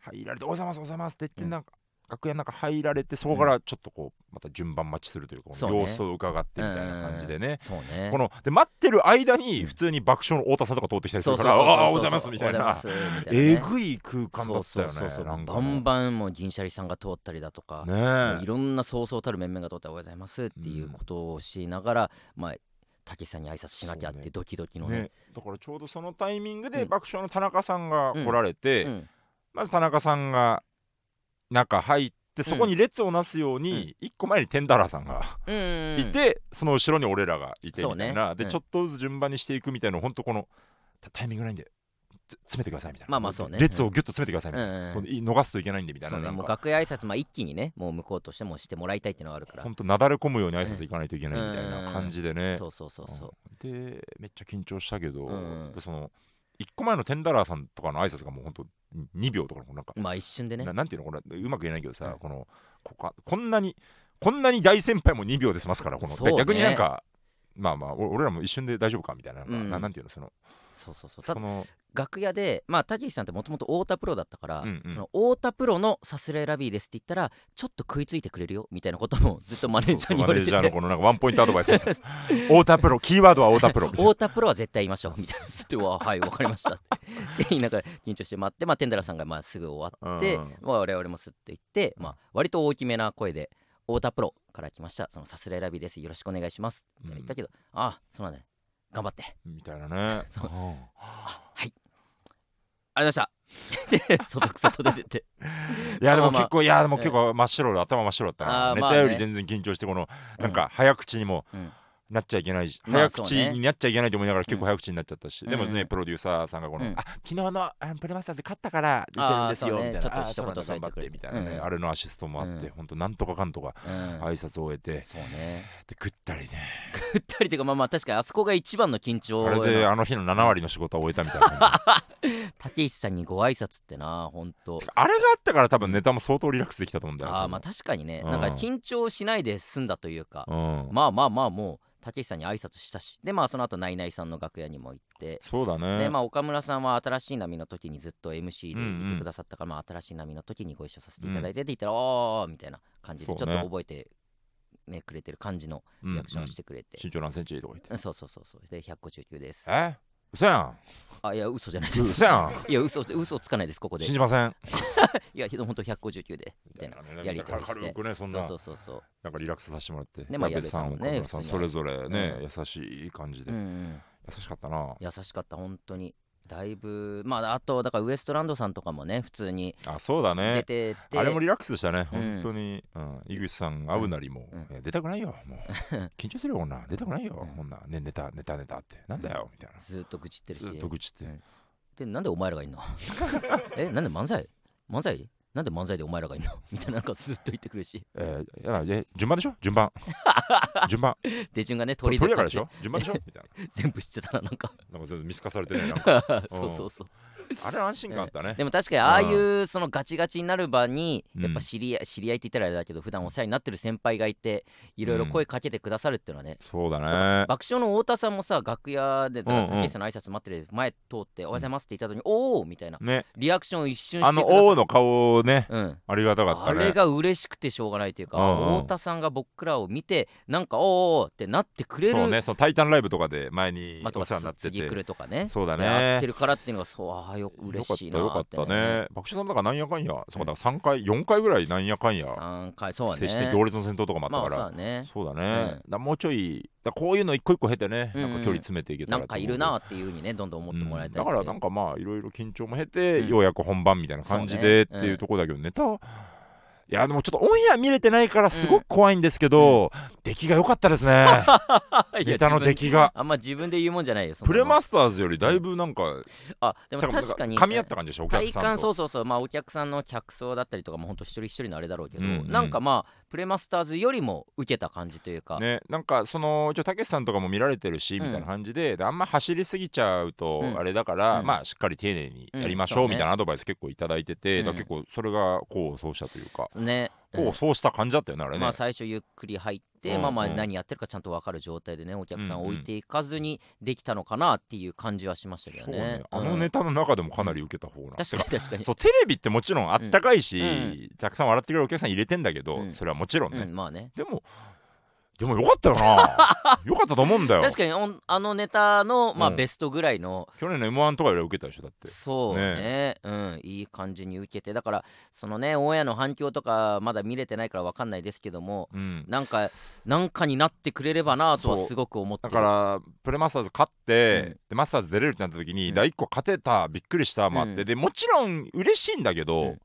B: 入られて「おはようございますおはようございます」って言
A: う
B: って
A: ん
B: なんか、楽屋の中入られてそこからちょっとこうまた順番待ちするというかこ
A: そう
B: の
A: ね
B: 様子を伺ってみたいな感じでね、
A: そうね
B: こので待ってる間に普通に爆笑の太田さんとか通ってきたりす
A: そう
B: る
A: そ
B: か
A: うそうそう
B: ら「ああおはようございます」みたい
A: おはよ
B: な
A: うございますみたいなね
B: えぐい空間だったよね
A: そうそうそう
B: な
A: そうん
B: か
A: バンバンもう銀シャリさんが通ったりだとか、も
B: ね
A: う
B: え
A: いろんなそうそうたる面々が通っておはようございますっていうことをしながら、まあたけしさんに挨拶しなきゃっ
B: そう
A: て
B: ね
A: ドキドキのね
B: ね、だからちょうどそのタイミング
A: う
B: で
A: ん
B: 爆笑の田中さんが来られて、
A: うん
B: まず田中さんが中入ってそこに列をなすように一個前にテンダラーさんが
A: うんうん
B: いて、その後ろに俺らがいて
A: そう
B: みた
A: ね
B: いな、で
A: うん
B: ちょっとずつ順番にしていくみたいな本当このタタイミングないんでつ詰めてくださいみたいな
A: まあまあそうね
B: 列をギュッと詰めてくださいみ
A: う
B: たい
A: ん
B: な、
A: うん
B: このい逃すといけないんでみたい
A: そ
B: な
A: うね
B: なん
A: もう
B: か
A: 楽屋挨拶まあ一気にねもう向こうとしてもしてもらいたいっていうのがあるから
B: 本当なだれ込むように挨拶いかないといけないみたいな感じでね、
A: そうそうそうそう
B: うんでめっちゃ緊張したけど、
A: うん
B: でその1個前のテンダラーさんとかの挨拶がもうほんと2秒とかのなんか、
A: まあ一瞬でね
B: ななんていうのこれうまく言えないけどさ、
A: うん
B: このこかこんなにこんなに大先輩も2秒で済ますからこの、
A: そうね
B: 逆になんかまあまあお俺らも一瞬で大丈夫かみたいななんか、
A: うん
B: ななんていうのその
A: そうそうそうた
B: そ
A: だ
B: の
A: 楽屋でまあたけしさんってもともと太田プロだったから、
B: うんうん
A: その太田プロのさすらいラビーですって言ったらちょっと食いついてくれるよみたいなこともずっとマネージャーに言われて
B: そうそうマネージャーの
A: て
B: このなんかワンポイントアドバイス [laughs] みたいな太田プロキーワードは太田プロみたいな
A: 太田プロは絶対言いましょうみたいなつって「わあはいわかりました」って言いながら緊張して待って、まあ、テンダラさんがまあすぐ終わって、
B: うん
A: まあ、我々もすって言って、まあ、割と大きめな声で「太田プロから来ましたそのさすらいラビですよろしくお願いします」みたいな言ったけど「ああそうなんだね頑張って
B: みたいなね
A: そう
B: うん
A: ありがとうございました」 [laughs] でそそくさと出てって
B: いやで
A: まあ
B: も
A: まあ
B: 結構いやでも結構真っ白で頭真っ白だった
A: あ
B: な
A: ー
B: ネ
A: まあ
B: タ
A: ね
B: より全然緊張してこの
A: うん
B: なんか早口にも
A: うん
B: なっちゃいけないし
A: まあ
B: 早
A: そう
B: 口
A: ね
B: になっちゃいけないと思いながら結構早口になっちゃったし
A: うん
B: でも
A: う
B: ね
A: ん
B: プロデューサーさんがこ
A: う
B: の
A: ん
B: あ昨日のあプレマスターズ勝ったから出てるんですよ
A: あー
B: み
A: そうね
B: たいなあー
A: ち
B: そ
A: ょっ
B: うな
A: と
B: ん
A: 一
B: だ
A: 言添えてく
B: 頑張っ
A: れ
B: て
A: る
B: みたいな
A: う
B: ね
A: ん
B: あれのアシストもあって
A: うん
B: 本当なんとかかんとか
A: うん
B: 挨拶を終えて
A: そうね
B: で食ったりね
A: ぐったりというかまあまあ確かにあそこが一番の緊張
B: あれ
A: [laughs]
B: であの日の7割の仕事は終えたみたいな感じ
A: 武石さんにご挨拶ってな本当
B: あれがあったから多分ネタも相当リラックスできたと思うんだよ
A: ああまあ確かにねなんか
B: うん
A: 緊張しないで済んだというか、
B: うん
A: まあまあまあもう武さんに挨拶したしでまあその後ナイナイさんの楽屋にも行って、
B: そうだね
A: でまあ岡村さんは新しい波の時にずっと MC
B: うんう
A: で
B: ん
A: いてくださったから、まあ新しい波の時にご一緒させていただいてで言ったら「おー」みたいな感じでちょっ
B: そ
A: と
B: うね
A: 覚えて、ねくれてる感じのリアクションし
B: して
A: てくれて、
B: 身長何センチとか言って
A: うんそうそうそうそうで159です
B: え嘘やん
A: あいや嘘じゃないです
B: 嘘や
A: [laughs]
B: ん
A: いや嘘嘘つかないですここで
B: 信じません
A: いや、ひど本当159で、みたいな。やり取りして
B: 軽くねそん
A: そう
B: な
A: そうそうそう。
B: なんかリラックスさせてもらって
A: ねまあ矢
B: 矢部
A: 部さんもね
B: 岡村さん
A: 普通
B: そ
A: に
B: れぞれね
A: う
B: 優しい感じで
A: うんう
B: 優
A: ん、
B: しかったな
A: 優しかった、本当に。だいぶ、まあ、あと、だからウエストランドさんとかもね、普通に
B: あそうだ
A: 出
B: ね
A: てて、
B: あれもリラックスしたね
A: うん
B: 本当にうん井口さん会うなりも
A: うん
B: いや出たくないよも
A: [laughs]
B: う緊張するよこんな出たくないよ
A: うん
B: こんなねネタネタネタってなんだよみたいな
A: ずっと愚痴ってるし
B: ずっ、と愚痴っ
A: うん [laughs]
B: て
A: で、なんでお前らがいんのえ、なんで漫才漫才なんで漫才でお前らがいんの [laughs] みたいななんかずっと言ってくるし
B: えー、だからで順番でしょ順番
A: [laughs]
B: 順番
A: 手順がね
B: 鳥
A: 鳥で
B: 鳥だからでし
A: 勝
B: ょ順番でしょみたい
A: 手全部知ってたらなん
B: [laughs]
A: か
B: ななんか全部見透かされてねなん
A: [laughs]
B: か
A: そうそうそう
B: あれは安心感あったね
A: でも確かにああいうそのガチガチになる場に
B: うん
A: やっぱ知り合い知り合いって言ったらあれだけど普段お世話になってる先輩がいていろいろ声かけてくださるっていうのはね
B: そうだね
A: 爆笑の太田さんもさ楽屋でだから
B: うんうん
A: 竹内さんの挨拶待ってる前通って「おはようございます」って言った後に「おお!」みたいな
B: ね
A: リアクションを一瞬して
B: あ
A: くだ
B: の
A: さ
B: 王の顔をね
A: るうん
B: ありがたかった
A: あ
B: ね
A: れが嬉しくてしょうがないというか、
B: うんう
A: 太
B: ん
A: 田さんが僕らを見てなんかおーおーってなってくれる
B: そうねその「タイタンライブ」とかで前に
A: まあ、と
B: お
A: か
B: 世話になって
A: 次
B: て
A: 来るとかね
B: そうだ
A: やっ
B: ね
A: てるからっていうのがそうああよ嬉しいな
B: よか
A: ー
B: っ
A: って
B: たよかったね爆笑さんだからなんやかんや、そうだ3回4回ぐらいなんやかんや
A: 3回そうだ
B: 接
A: ね
B: して行列の先頭とかもあ
A: ま
B: っ
A: あ
B: た
A: そ
B: か
A: う
B: ら、
A: だね
B: そうだね、
A: うん
B: だからもうちょいだからこういうの一個一個経てね、
A: うんうん
B: なんか距離詰めていけた
A: な
B: ら
A: んかいるなーっていうふうにねどんどん思
B: と
A: っ
B: 思う
A: て
B: けど
A: もらいたい、
B: うんだからなんかまあいろいろ緊張も経て、
A: うん
B: ようやく本番みたいな感じでっ
A: そうね
B: ていうところだけど、ネタはいやでもちょっとオンエア見れてないからすごく怖いんですけど、出来が良かった [laughs] ですね
A: いや
B: ネタの出来が
A: あんま自分で言うもんじゃないよそん
B: プ
A: な
B: レ
A: の
B: マスターズよりだいぶなんか、
A: あでも
B: 多分なん
A: 確かに
B: 噛み合った感じでしょお客
A: 体
B: さんと
A: 感そうそうそうまあお客さんの客層だったりとかも本当一人一人のあれだろうけど、
B: うんうん
A: なんかまあプレマスターズよりも受けた感じというか、
B: ね、なんかその一応たけしさんとかも見られてるし、
A: うん
B: みたいな感じでであんま走りすぎちゃうと
A: うん
B: あれだから、
A: うん
B: まあしっかり丁寧にやりまし
A: うんそ
B: ょ
A: う
B: う
A: ね
B: みたいなアドバイス結構いただいてて、
A: うん
B: だから結構それがこうそうしたというか、
A: ね
B: こうそうした感じだったよねあれね、
A: まあ最初ゆっくり入って、
B: うん
A: まあまあ
B: うん
A: 何やってるかちゃんと分かる状態でねお客さんを
B: うんうん
A: 置いていかずにできたのかなっていう感じはしましたけど
B: そう
A: ね。
B: ねあ
A: う
B: の
A: ん
B: ネタの中でもかなり受けた方な、
A: 確かに確かに
B: そうテレビってもちろんあったかいし、
A: うんう
B: たくさん笑ってくれるお客さん入れてんだけど、
A: うん
B: それはもちろんね、
A: うん、まあね
B: でもでもよかった
A: [laughs]
B: よなよかったと思うんだよ
A: 確かにおんあのネタの、まあ、
B: うん
A: ベストぐらいの、
B: 去年の m 1とかよりは受けたでしょだって
A: そうねうん、いい感じに受けてだからそのねオンエアの反響とかまだ見れてないから分かんないですけども
B: うん
A: なんかなんかになってくれればなとは
B: そう
A: すごく思って
B: だ
A: る
B: からプレマスターズ勝って、
A: うん
B: でマスターズ出れるってなった時に、
A: うん
B: 第1個勝てたびっくりしたもあって、
A: うん
B: でもちろん嬉しいんだけど、
A: うん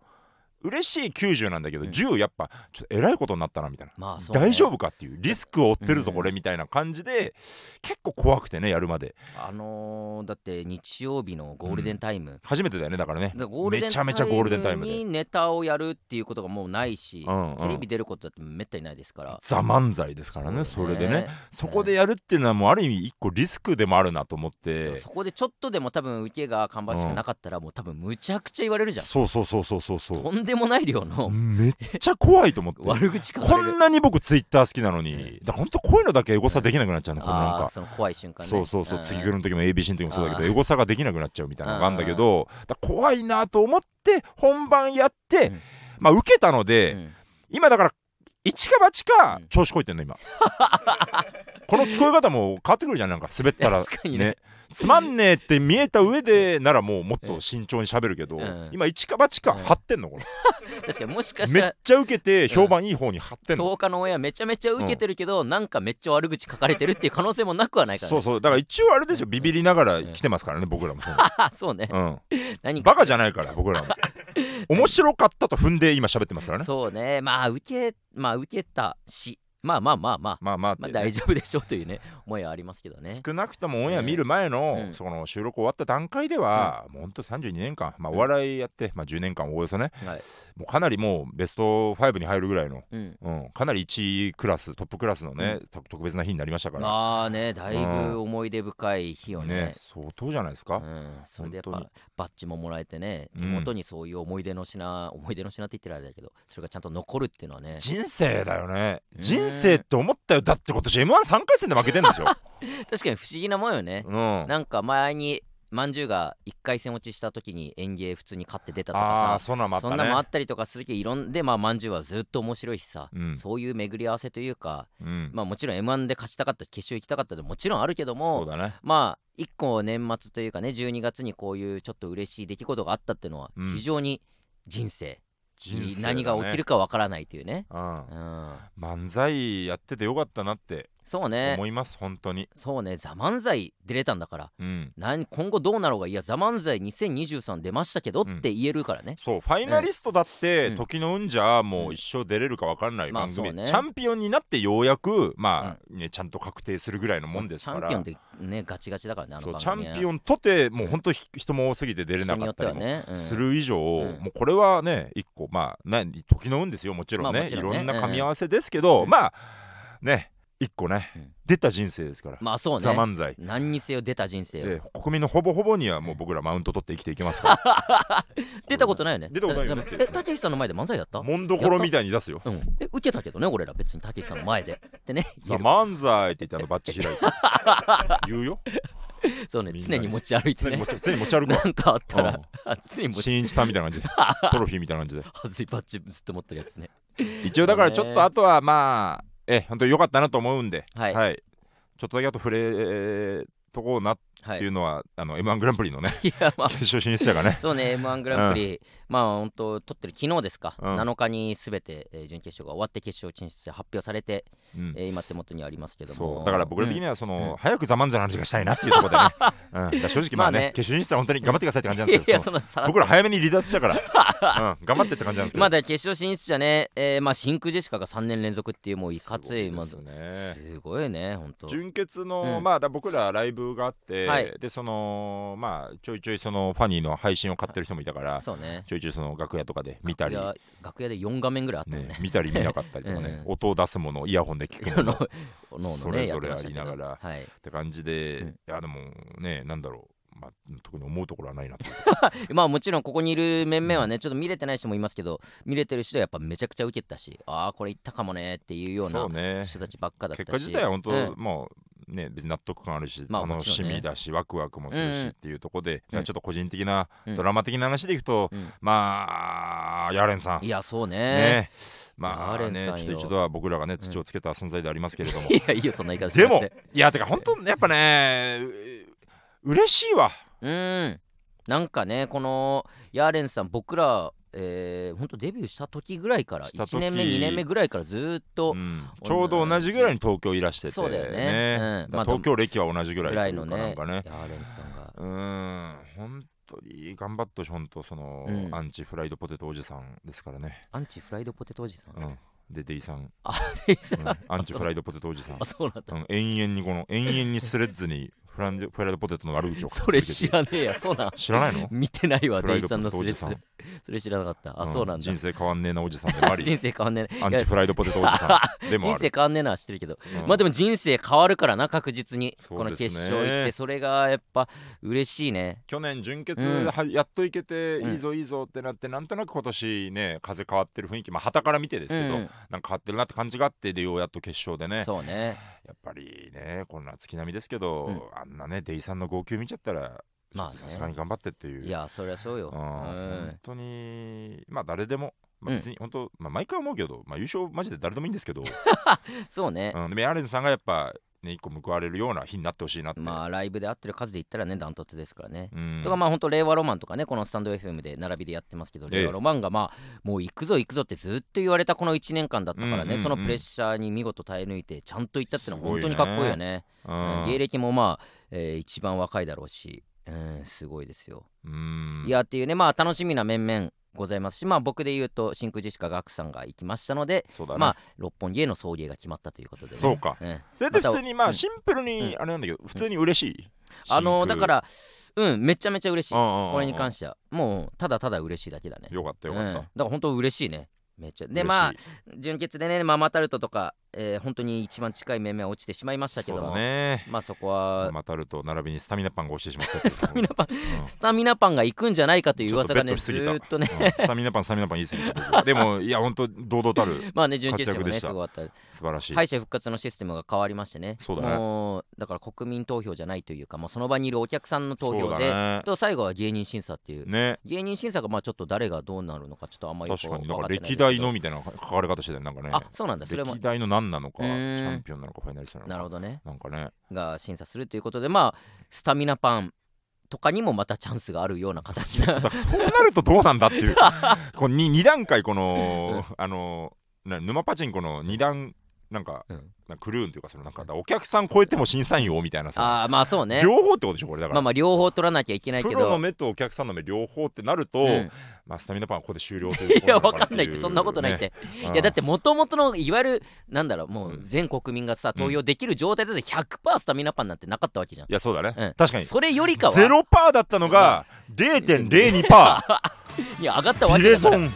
B: 嬉しい90なんだけど、
A: うん
B: 10やっぱちょっとえらいことになったなみたいな、
A: まあそうね、
B: 大丈夫かっていうリスクを負ってるぞ
A: うん
B: これみたいな感じで結構怖くてねやるまで
A: あのーだって日曜日のゴールデンタイム、
B: 初めてだよねだからね
A: だからゴールデン
B: めちゃめちゃゴールデンタ
A: タ
B: イ
A: イ
B: ム
A: ム
B: で
A: にネタをやるっていうことがもうないし、
B: うんうん
A: テレビ出ることだってめったにないですから。
B: ザ漫才ですからねそれでねそこで
A: や
B: やるっていうのはもうある意味一個リスクでもあるなと思っ
A: って
B: て
A: そこでちょっとでも多分受けが芳しくなかったらもう多分むちゃくちゃ言われるじゃん、
B: そうそうそうそうそうそう
A: とんでもない量の
B: めっちゃ怖いと思って
A: 悪口書か
B: こ
A: れる
B: んなに僕ツイッター好きなのに、
A: う
B: だから本当こういうのだけエゴサできなくなっちゃうの、このなん
A: あー
B: か。
A: その怖い瞬間ね
B: そうそうそう、次来る
A: ん
B: の時も ABC の時もそうだけ
A: あ
B: ど
A: ー
B: エゴサができなくなっちゃうみたいなのがあるんだけどだから怖いなと思って本番やって、
A: うん
B: まあ受けたので、
A: うん
B: 今だから一か八か
A: うん
B: 調子こいてん
A: [laughs]
B: の今この聞こえ方も変わってくるじゃんなんか滑ったら
A: 確かにね
B: つまんねえって見えた上でならもうもっと慎重に喋るけど、
A: うん
B: 今一か八か
A: うん
B: 張ってんのこれ、
A: 確かにもしかし
B: め
A: た
B: っ
A: ら
B: ちゃ受けて評判いい方に張ってんの、
A: 10日のオンエアめちゃめちゃ受けてるけど、なんかめっちゃ悪口書かれてるっていう可能性もなくはないから、
B: そ
A: ね、
B: うそうだから一応あれですよビビりながら来てますからね僕らもそ
A: [laughs]
B: う
A: あそうね
B: の、う
A: 何
B: ん、バカじ
A: ゃ
B: ゃないから僕
A: [laughs]
B: らも面白かったと踏んで今喋ってますからね
A: そうねまあ受けまあ受けたしまあまあまあまあ
B: まあまあって
A: まあ
B: ね
A: 大丈夫でしょうというね思いはありますけどね。
B: 少なくともオンエア見る前
A: うん
B: のその収録終わった段階では、もうほんと32年間、まあ、お笑いやって、まあ、10年間おおよそね
A: はい。
B: もうかなりもうベスト5に入るぐらいの、
A: うん。
B: うん、かなり1位クラストップクラスのね、と特別な日になりましたから、
A: まあねだいぶ思い出深い日をね
B: ね。相当じゃないです
A: う
B: か、
A: ん、それでやっ
B: 本
A: ぱ
B: 当に
A: バッジももらえてね
B: うん
A: 手元にそういう思い出の品、思い出の品って言ってるあれだけどそれがちゃんと残るっていうのはね
B: 人生だよね
A: うん
B: 人生って思ったよだって今年 m 1 3回戦で負けてんですよ、
A: 確かに不思議なもんよね、
B: うん、
A: [laughs] なんか前にまんじゅうが1回戦落ちした時に園芸普通に勝って出たと
B: ああ
A: か
B: ーそんなんもあ
A: さ
B: った
A: そ
B: ね
A: んなもあったりとかするけどいろんでまあまんじゅうはずっと面白いしさ、
B: うん
A: そういう巡り合わせというか、
B: うん
A: まあ、もちろん m 1で勝ちたかったし決勝行きたかったでももちろんあるけども
B: そうだね
A: まあ一個年末というかね12月にこういうちょっと嬉しい出来事があったっていうのは
B: うん
A: 非常に人生,、
B: 人生だね
A: 何が起きるかわからないというね、
B: うん
A: うん、
B: 漫才やっててよかったなって
A: そうね
B: 思います本当に
A: そうね「ザ漫才出れたんだから
B: うん
A: なん今後どうなろうがいや「ザ漫才2023出ましたけど」
B: うん
A: って言えるからね、
B: そうファイナリストだって、
A: うん
B: 時の運じゃ
A: う
B: もうん一生出れるか分かんない
A: まあ
B: 番組、
A: そうね
B: チャンピオンになってようやくまあ、ねちゃんと確定するぐらいのもんですから
A: チャンピオンってねガチガチだからねあの
B: そう
A: 番
B: チャ
A: 組
B: ンピオンとてもう本当ひ人も多すぎて出れ
A: 人
B: な
A: に
B: か
A: よ
B: っ
A: って
B: た
A: は
B: りも
A: ね、うん
B: する以上、
A: うん
B: もうこれはね一個まあな時の運ですよもちろんね,、
A: まあもちろんね
B: いろんな
A: うん
B: 噛み合わせですけど、
A: うん
B: まあね一個ね、
A: うん
B: 出た人生ですから、
A: まあそう
B: ザ・
A: ね
B: 漫才、
A: 何にせよ出た人生を、
B: ええ国民のほぼほぼにはもう僕らマウント取って生きていきま
A: [laughs]
B: すから
A: 出たことないよね
B: 出たことないよね
A: だえ竹内さんの前で漫才やった
B: もんどころみたいに出すよ
A: うん、え受けたけどね俺ら別に竹内さんの前でって
B: [laughs]
A: ね
B: ザ・
A: 言える
B: 漫才って言ってあのバッチ開いて言うよ
A: そう [laughs] ね
B: みんな
A: 常に持ち歩いて
B: 常に
A: ね
B: 持ち常に持ち
A: [laughs]
B: 歩くわ
A: なんかあったら
B: う
A: 常に
B: ん
A: 持ち
B: 新一さんみたいな感
A: [laughs]
B: じでトロフィーみたいな感じで
A: はずいバッジずっと持ってるやつね
B: 一応だからちょっとあとはまあええ本当に良かったなと思うんで
A: はい
B: ちょっとだけあと触れとこうなっ
A: は
B: て
A: い
B: いうのは、あの M1 グランプリのね
A: いやまあ
B: 決勝進出者
A: [laughs]
B: がね
A: そうね m 1グランプリ、まあ本当取ってる昨日ですか、
B: うん
A: 7日にすべて、えー準決勝が終わって決勝進出者発表されて、
B: うん
A: えー今手元にありますけども
B: そうだから僕ら的にはそ
A: う
B: の、
A: ん
B: 早くザ・漫才の話がしたいなっていうと
A: [laughs]
B: ころでね、うん、だから正直まあね
A: まあね
B: 決勝進出者は本当に頑張ってくださいって感じなん
A: い
B: で
A: や
B: す
A: い
B: けど
A: や
B: そ
A: そ
B: の
A: んなさ [laughs] らっと
B: 僕ら早めに離脱し
A: [laughs]
B: たから、うん、頑張ってって感じなんですけど、
A: まあだから決勝進出者ね、えーまあ真空ジェシカが3年連続っていうもういかつい
B: すご
A: ま
B: です
A: ず
B: ね
A: すごいね本当
B: 純潔の、
A: うん
B: まあだ僕らライブがあって、
A: はい
B: でそのまあちょいちょいそのファニーの配信を買ってる人もいたから、
A: そうね
B: ちょいちょいその楽屋とかで見たり、
A: 楽屋楽屋で4画面ぐらいあったもん
B: ね
A: ね、、
B: 見たり見なかったりとか
A: [laughs]
B: ね
A: うん
B: 音を出すものイヤホンで聞く
A: [laughs] あ
B: もの
A: の
B: っ
A: おのおのね
B: それぞれ
A: やってましたけど
B: ありなが
A: はい、
B: て感じで、
A: うん
B: いやでもねなんだろう、まあ、特に思うところはないなと
A: まあもちろんここにいる面々はねちょっと見れてない人もいますけど見れてる人はやっぱめちゃくちゃ受けてたしああこれいったかもねっていうよう
B: そう
A: な
B: ね
A: 人たちばっかだったし
B: 結果自体は本当、
A: うん
B: もうね別に納得感あるし、
A: まあも
B: 楽
A: ち
B: し
A: ろんね
B: みだし、ワクワクもする
A: うんう
B: し
A: ん
B: っていうところで、
A: うん
B: ちょっと個人的な、
A: うん
B: ドラマ的な話でいくと、
A: うん
B: まあヤーレンさん
A: いやそうね
B: ねまあ
A: ヤーレン
B: ね
A: さん
B: ち
A: よ
B: ょっと一度は僕らがね土をつけた存在でありますけれども、
A: [laughs] いやいいよそんな言い方し
B: で
A: なく
B: も
A: て
B: いやてか本当やっぱねう嬉しいわ
A: うーんなんかねこのヤーレンさん僕らえー、ほんとデビューした時ぐらいから
B: した時
A: 1年目2年目ぐらいからずーっと
B: うんちょうど同じぐらいに東京いらしてて、
A: そうだよねうん
B: だから
A: まあ
B: 東京歴は同じぐらい
A: ぐらいの
B: と
A: ね
B: いうかなんかね
A: ヤーレンさんが
B: うーん本当に頑張ったし本当その、
A: うん
B: アンチフライドポテトおじさんですか
A: [laughs]
B: らね、
A: アンチフライドポテトお [laughs] じさん、
B: うん、でデイ
A: [laughs]
B: さん、
A: さ
B: うんんアンチフライドポテトおじさん
A: あ、そうなんだ
B: うん、延々にこの延々にスレッズにフランフライドポテトの悪口を書き
A: それ知
B: 続けて
A: らねえやそうなん
B: 知らないの
A: 見てないわ
B: フラ
A: デ
B: イ
A: イ
B: ド
A: さ
B: ポ
A: んの
B: テト
A: ス
B: お
A: レ
B: じさん
A: ッズそれ知らなかったあ、
B: うん
A: そうなんだ
B: 人生変わんねえなおじさんでもあり
A: [laughs] 人生変わんねえな
B: アン
A: いや
B: チフライドポテトおじさんでも
A: 人
B: あ
A: 生
B: る、
A: 変わんねえなは知ってるけど、
B: うん
A: まあでも人生変わるからな確実に、
B: そう
A: この
B: です
A: 決
B: ね
A: 勝行ってそれがやっぱ嬉しいね
B: 去年純潔
A: うん
B: はやっといけて
A: うん
B: いいぞいいぞってなってなんとなく今年ね風変わってる雰囲気まあ旗から見てですけど、
A: うん
B: なんか変わってるなって感じがあってでようやっと決勝でね
A: そうね
B: やっぱりねこんな月並みですけど、
A: うん
B: あんなねデイさんの号泣見ちゃったら
A: まあね
B: さすがに頑張ってっていう
A: いやそりゃそうよ
B: うん
A: うん
B: 本当にまあ誰でも、まあ、
A: うん
B: 別に本当、まあ、毎回思うけど、まあ、優勝マジで誰でもいいんです
A: [laughs]
B: けど、
A: そうね
B: うん、でもヤーレンズさんがやっぱね一個報われるような日になってほしいなって、
A: まあライブで合ってる数で言ったらねダントツですからね
B: うん、
A: とかまあ本当令和ロマンとかねこのスタンド FM で並びでやってますけど
B: ええ
A: 令和ロマンがまあもう行くぞ行くぞってずっと言われたこの1年間だったから
B: うんうんう
A: ね
B: ん
A: そのプレッシャーに見事耐え抜いてちゃんと行ったってのは本当にかっこいいよねうん
B: うん
A: 芸歴もまあえー一番若いだろうしうんすごいですよ
B: うん
A: いやっていうねまあ楽しみな面々ございますしまあ僕で言うと真空ジェシカガクさんが行きましたので
B: そうだね、
A: まあ六本木への送迎が決まったということでね
B: そうか
A: ん
B: それで普通にまあ
A: うん
B: シンプルにあれなんだけど、普通に嬉しい
A: あのだかららうんめちゃめちゃ嬉しいこ
B: こ
A: れに関してはもうただただ嬉しいだけだね
B: よかったよかっ
A: うん
B: た、
A: だから本当嬉しいねめっちゃでまあ
B: 嬉しい
A: 純潔でねママタルトとか、えー本当に一番近い面々は落ちてしまいましたけど
B: そう
A: も、
B: だね
A: まあそこは、
B: マタルト並びにスタミナパンが押してしまったって
A: [laughs]
B: いう
A: スタミナパン
B: うん
A: スタミナパンが行くんじゃないかという
B: ちょっ
A: 噂
B: とベ
A: が
B: ッ
A: ね
B: ドし
A: ず
B: すぎた
A: ーっと [laughs] ね
B: うんスタミナパンスタミナパン言い過ぎた僕はでもいや本当堂々たる
A: まあね準決勝も
B: 活躍で
A: ね
B: し
A: す
B: た
A: ごかった
B: 素晴らしい、
A: 敗者復活のシステムが変わりましてね
B: そうだね
A: もうだから国民投票じゃないというかもうその場にいるお客さんの投
B: そう
A: 票
B: だ
A: で、
B: ね
A: と最後は芸人審査っていう、
B: ね
A: 芸人審査がまあちょっと誰がどうなるのかちょっとあんまり
B: 確かにだから
A: 分ってないんですけ
B: 歴
A: ど
B: 代のみたいな書かれ方してたよなんかね
A: あそうなんだそれも
B: 歴代の何なのか
A: う
B: チ
A: ーん
B: ャンピオンなのかファイナリストなのか
A: なるほどね
B: なんかね
A: が審査するということでまあスタミナパンとかにもまたチャンスがあるような形な
B: だからそうなるとどうなんだって [laughs] いうこの 2, 段階このあのな沼パチンコの2段なんか、
A: うん
B: なんかクルーンというかそのなんかだからお客さん超えても審査員をみたいなさ、
A: ああまあそうね
B: 両方ってことでしょこれだか
A: まあ
B: ら、
A: まあ両方取らなきゃいけない
B: プ
A: け
B: ロの
A: ど
B: 目とお客さんの目両方ってなると、
A: うん
B: まあスタミナパンはここで終了とい
A: [laughs] [laughs]
B: う
A: いや
B: とこ
A: わ
B: ろだ
A: か
B: ら
A: んないってそんなことないって、
B: うん
A: いやだってもともとのいわゆるなんだろうもう
B: うん
A: 全国民がさ投票できる状態だって100%スタミナパンなんてなかったわけじゃん
B: い、やそうだね、
A: うん
B: 確かに
A: それよりかは
B: ゼロパーだったのが0.02%
A: [laughs] いや上がったわ
B: ビ
A: け
B: レ
A: だか
B: ゾ
A: ら
B: ン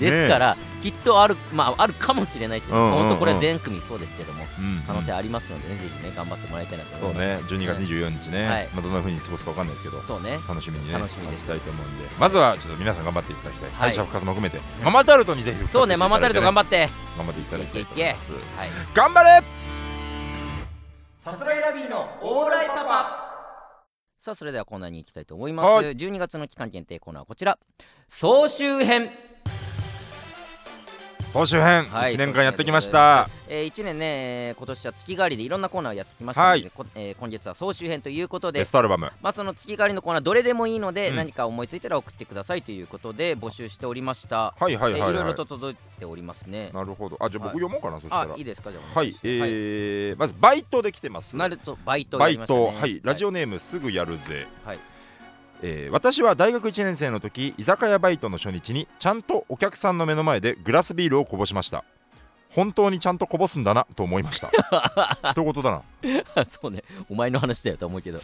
A: ですから、きっとあるまああるかもしれないけど、
B: うんうんうん
A: 本当これは全組そうですけども
B: うん
A: 可能性ありますのでね、ぜひね頑張ってもらいたいなと
B: そ
A: 思
B: う
A: います
B: ね12月24日ね、
A: はい
B: まあ、どんな風に過ごすかわかんないですけど
A: そうね
B: 楽しみにね
A: 楽しみです
B: 待ちたいと思うんでまずはちょっと皆さん頑張っていただきたい
A: はい
B: 敗者復活も含めて、ママタルトにぜひ復活
A: そうね
B: していた
A: ママ
B: だい
A: タルト
B: てね
A: 頑張って
B: 頑張っていただきたいと
A: い
B: 思
A: けい
B: い
A: け
B: ます
A: はい
B: 頑張れ
A: さすらいラビーのオーライパパさあそれではコーナーに行きたいと思います、
B: はい
A: 12月の期間限定コーナーはこちら総集編、
B: 総集編、
A: はい
B: 1年間やってきました
A: え1年ね、えー今年は月替わりでいろんなコーナーをやってきましたので、
B: はい
A: こえー今月は総集編ということ
B: ベ
A: で
B: ストアルバム
A: まあその月替わりのコーナーどれでもいいので、
B: うん
A: 何か思いついたら送ってくださいということで募集しておりました、
B: はいはいはい
A: え
B: は
A: ー
B: い
A: いろいろと届いておりますね
B: なるほどあじゃあ僕読もうかな、そした
A: あ
B: ら
A: いいですかじゃあお
B: は
A: 願
B: い
A: し、
B: え
A: て
B: ーまずバイトで来てます
A: なるとバイト
B: バ
A: やり
B: イ
A: ましたね
B: ト、はい、ラジオネームすぐやるぜ、
A: はい
B: えー私は大学1年生の時居酒屋バイトの初日にちゃんとお客さんの目の前でグラスビールをこぼしました本当にちゃんとこぼすんだなと思いました
A: [laughs]
B: 一言だな
A: そうね、お前の話だよと思う
B: [laughs]
A: けど、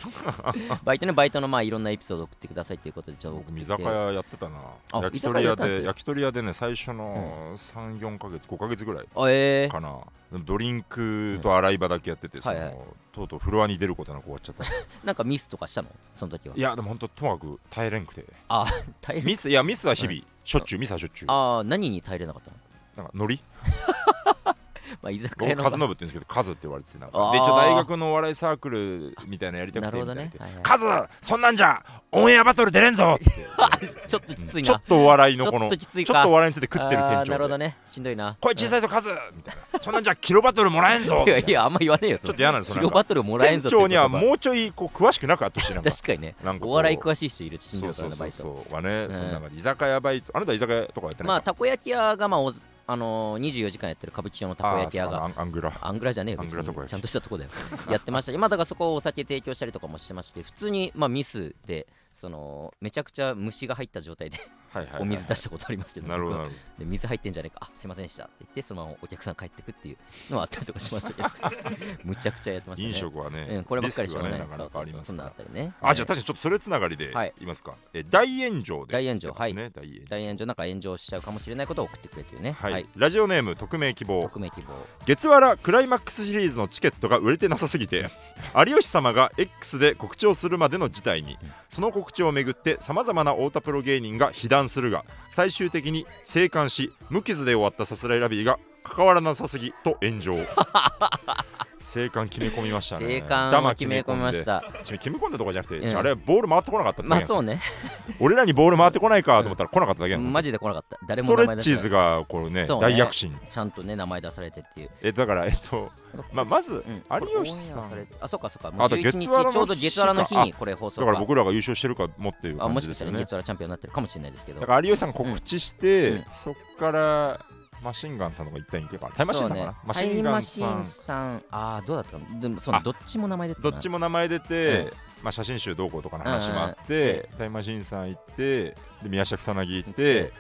A: バイトね、バイトのまあいろんなエピソード送ってくださいということで、ちょっと送っ
B: 僕
A: て
B: [laughs] 居
A: きて
B: 酒屋やってたな
A: あ
B: 焼き
A: 居酒
B: 鳥屋
A: 屋やったんだ
B: で焼き鳥屋でね最初の34か月5か月ぐらい
A: あえー
B: かな、ドリンクと洗い場だけやってて、その
A: はいはい
B: とうとうフロアに出ることなく終わっちゃった。
A: なんかミスとかしたのその時はい
B: やでも本当ともかく耐えれんくて
A: 耐えれ
B: [laughs] ミスいやミスは日々、しょっちゅうミスはしょっちゅう
A: ああ、何に耐えれなかったの
B: なんかノリ
A: まあ、居酒屋
B: 僕
A: の
B: カズノブって言うんですけどカズって言われててなん
A: あ
B: か
A: ー
B: で一応大学のお笑いサークルみたいなのやりた
A: な
B: くて
A: る
B: み
A: ほ
B: た
A: ど
B: いな
A: ね
B: 言って。
A: はいはい
B: カズそんなんじゃオンエアバトル出れんぞって言
A: [laughs]
B: って
A: あちょっときつい
B: ちょ
A: な
B: っ。とお笑い
A: ちょ
B: のこ
A: っ
B: の
A: と
B: ち
A: きついか。
B: ょっとお笑いについて食ってる
A: あ
B: 店
A: ーなるほど
B: 長で
A: ね。しんどいな。
B: 声小さいぞカズみたいなそんなんじゃキロバトルもらえん
A: う
B: ぞ
A: ん [laughs] いやいや、あんま言わねえよ。
B: ちょっと嫌なんですよ
A: 資料バトルもらえんぞ
B: 店長には
A: う。
B: もうちょいこう詳しくなくあってほしいなんか
A: 確かにね。
B: なんかこう
A: お笑い詳しい人いる、新
B: そ
A: 庄
B: う
A: さ
B: そ
A: ん
B: う
A: の
B: そ
A: バイ
B: う
A: ト。
B: そうはね
A: うん
B: そのなんか居酒屋バイトあなた居酒屋とかやってない
A: まあ、たこ焼き屋が、まあおず、あのー、24時間やってる歌舞伎町のたこ焼き屋が
B: あーそうアンアングラ
A: アングラじゃねえよ、
B: アン
A: 別
B: グラとこ
A: に
B: やし
A: ちゃんとしたとこだよ。やってましたけど、まあだからそこをお酒提供したりとかもしてまして、普通にまあミスで、そのめちゃくちゃ虫が入った状態で
B: はいはいはい
A: お水出したことありますけど、
B: なるほどな
A: 僕
B: るほ
A: で水入ってんじゃねえか、あすいませんでしたって言って、そのままお客さん帰ってくっていうのはあったりとかしました
B: [laughs]
A: けど、むちゃくちゃやってまし
B: ど
A: たね。
B: 飲食は
A: う
B: ね
A: ん、こればっかりしょうがない、
B: リスクがねなかなかあ
A: そうそうそ
B: り
A: う
B: ま
A: そ
B: す
A: ん
B: か
A: なのあ
B: ら
A: ったりね。
B: あ、じゃあ
A: はい
B: 確かにちょっとそれつながりで
A: はい
B: いますか。え大炎上で。
A: 大炎上
B: 来てますね。大炎上。
A: 大炎上なんか炎上しちゃうかもしれないことを送ってくれというね。
B: はい。ラジオネーム匿名希望。
A: 匿名希望。
B: 月わらクライマックスシリーズのチケットが売れてなさすぎて、有吉様が X で告知をするまでの事態に、その告知をめぐってさまざまな太田プロ芸人が被弾するが、最終的に生還し、無傷で終わったさすらいラビーが関わらなさすぎと
A: [laughs]
B: 炎上。生還決め込みましたね。
A: 生還を決め込みまし
B: ダ
A: た。
B: マ決め込んで。決め込んだとかじゃなくて、
A: うん
B: あれボール回ってこなかったって
A: まあそうね。
B: 俺らにボール回ってこないかと思ったら来なかっただけやん、
A: マジで来なかった。誰
B: ス
A: も
B: ト
A: 名
B: レ
A: 前
B: ッ
A: 出
B: チ
A: さない
B: ーズがこうね
A: そうね
B: 大躍進
A: ちゃんとね、名前出されてっていう。
B: えだからえっと、まあ、まず有吉さ
A: オンエア
B: ん
A: され
B: だ
A: てあ、そっかそっか。もう
B: あと
A: 11日、
B: 月わらの日か
A: ちょうど月原の日にこれ放送
B: から僕らが優勝してるかもっていう
A: あ
B: 感
A: も
B: じ
A: し
B: で
A: かした
B: すよ
A: ら
B: ね
A: 月原チャンピオンになってるかもしれないですけど
B: だ。から有吉さんが告知して、
A: うんうん
B: そっからマシンガンさんとか行ったんやけどタイムマシンさんかな、マ
A: そう
B: シ
A: ねタイ
B: ン
A: ム
B: ガ
A: マ
B: ン
A: シ
B: さ
A: ン
B: ん
A: さん、ああ、どうだったのでもそうね
B: あ
A: どっちも名前出て
B: どっち
A: も。
B: も名前出て、まあ、写真集どうこうとかの話もあって、タイムマシンさん行ってで宮下草薙行って、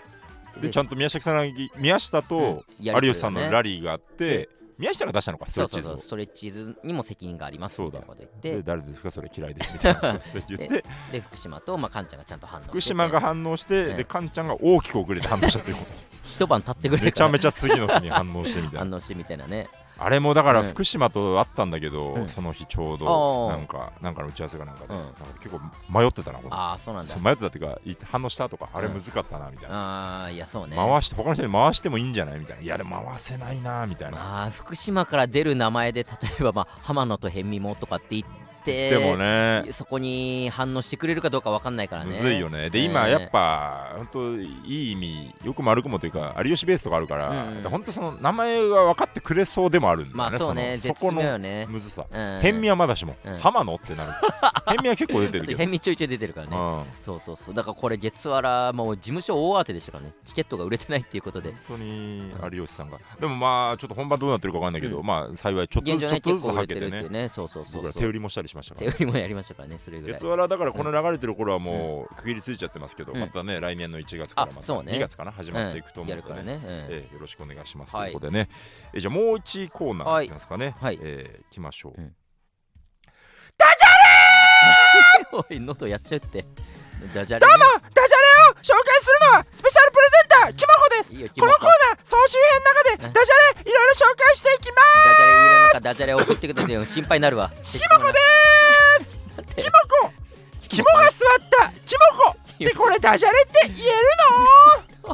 B: でちゃんと宮下草薙宮下と
A: うんやり
B: 有
A: とり
B: 吉さんのラ
A: リ
B: リーがあって、宮下が出したのかスト
A: そ
B: レ
A: う
B: ッ
A: そうそ
B: チーズを
A: う、ストレッチーズにも責任があります
B: そう
A: みた
B: だ
A: いなこと言
B: で
A: って、
B: 誰ですかそれ嫌いですみたいなこと言って
A: [laughs] で、福島と、まあ、カンちゃんがちゃんと反応してて
B: 福島が反応して、
A: ええ
B: でカンちゃんが大きく遅れて反応したというこ
A: 一晩経って
B: と
A: くれ
B: めちゃめ
A: ち
B: ちゃ次の日に反応してみたいな
A: 反応してみたいなね。
B: あれもだから
A: うん
B: 福島と会ったんだけど、
A: うん
B: その日ちょう
A: あ
B: ど
A: あ
B: なんかなんかの打ち合わせがなんか
A: う
B: で、
A: ん
B: なんか結構迷ってたなこれ
A: ああ、そうなんだ
B: そう。迷ってたっていうかい反応したとかあれ
A: うん
B: むずかったなみたいな、
A: ああ、いや、そうね。
B: 回して他の人に回してもいいんじゃないみたいないやでも回せないなみたいな、
A: まあ福島から出る名前で例えば、まあ、浜野と辺見もとかって言っって
B: でもね
A: そこに反応してくれるかどうかわかんないから
B: む
A: ね
B: ずいよねで
A: ね
B: 今やっぱ本当いい意味よくも悪くもというか有吉ベースとかあるから
A: うんうん
B: だから本当その名前が分かってくれそうでもあるんだよね,、
A: まあそうね
B: その
A: 絶
B: そこ
A: 妙よ
B: の
A: ね
B: むずさ
A: うん
B: 変味はまだしも、
A: うん
B: 浜野って
A: [laughs]
B: なる変味は結構出て
A: あ
B: る
A: と
B: けど、
A: 変味ちょいちょい出てるからね
B: うん
A: そうそうそうだからこれ月原もう事務所大当てでしたからねチケットが売れてないっていうことで
B: 本当に有吉さんがでもまあちょっと本番どうなってるか分かんないけど、
A: う
B: まあ幸いちょっと
A: 現
B: ず
A: 状
B: つちょ
A: ね
B: っと
A: 結
B: ずつ
A: 構売
B: は
A: れ
B: け
A: てる
B: て
A: ってい
B: ね
A: うねそうそうそう
B: 僕
A: そう
B: ら手売りもしたりしましたか
A: 手
B: ら
A: 売りもやりましたからねそれぐらい
B: 月はだからこの流れてる頃はもう区切りついちゃってますけど、
A: うん
B: またね来年の1月からま
A: あ
B: た
A: そうね
B: 2月かな始まっていくと
A: うん
B: 思う
A: やる
B: ので、
A: からねうん
B: えーよろしくお願いします、
A: はい
B: ということでね、えーじゃあもう1コーナーいきますかね、
A: はいはい
B: えーいきましょう、
A: うん [laughs] おい喉やっちゃうってダジャレね
B: ダジャレを紹介するのはスペシャルプレゼンターきまこです
A: いいよキモコ
B: ナー総集編の中でダジャレいろいろ紹介していきま
A: ダジャレ入れなんかダジャレ送ってくれてよ心配になるわキモ [laughs] コです
B: す肝が座ったキモコってこれダジャレって言える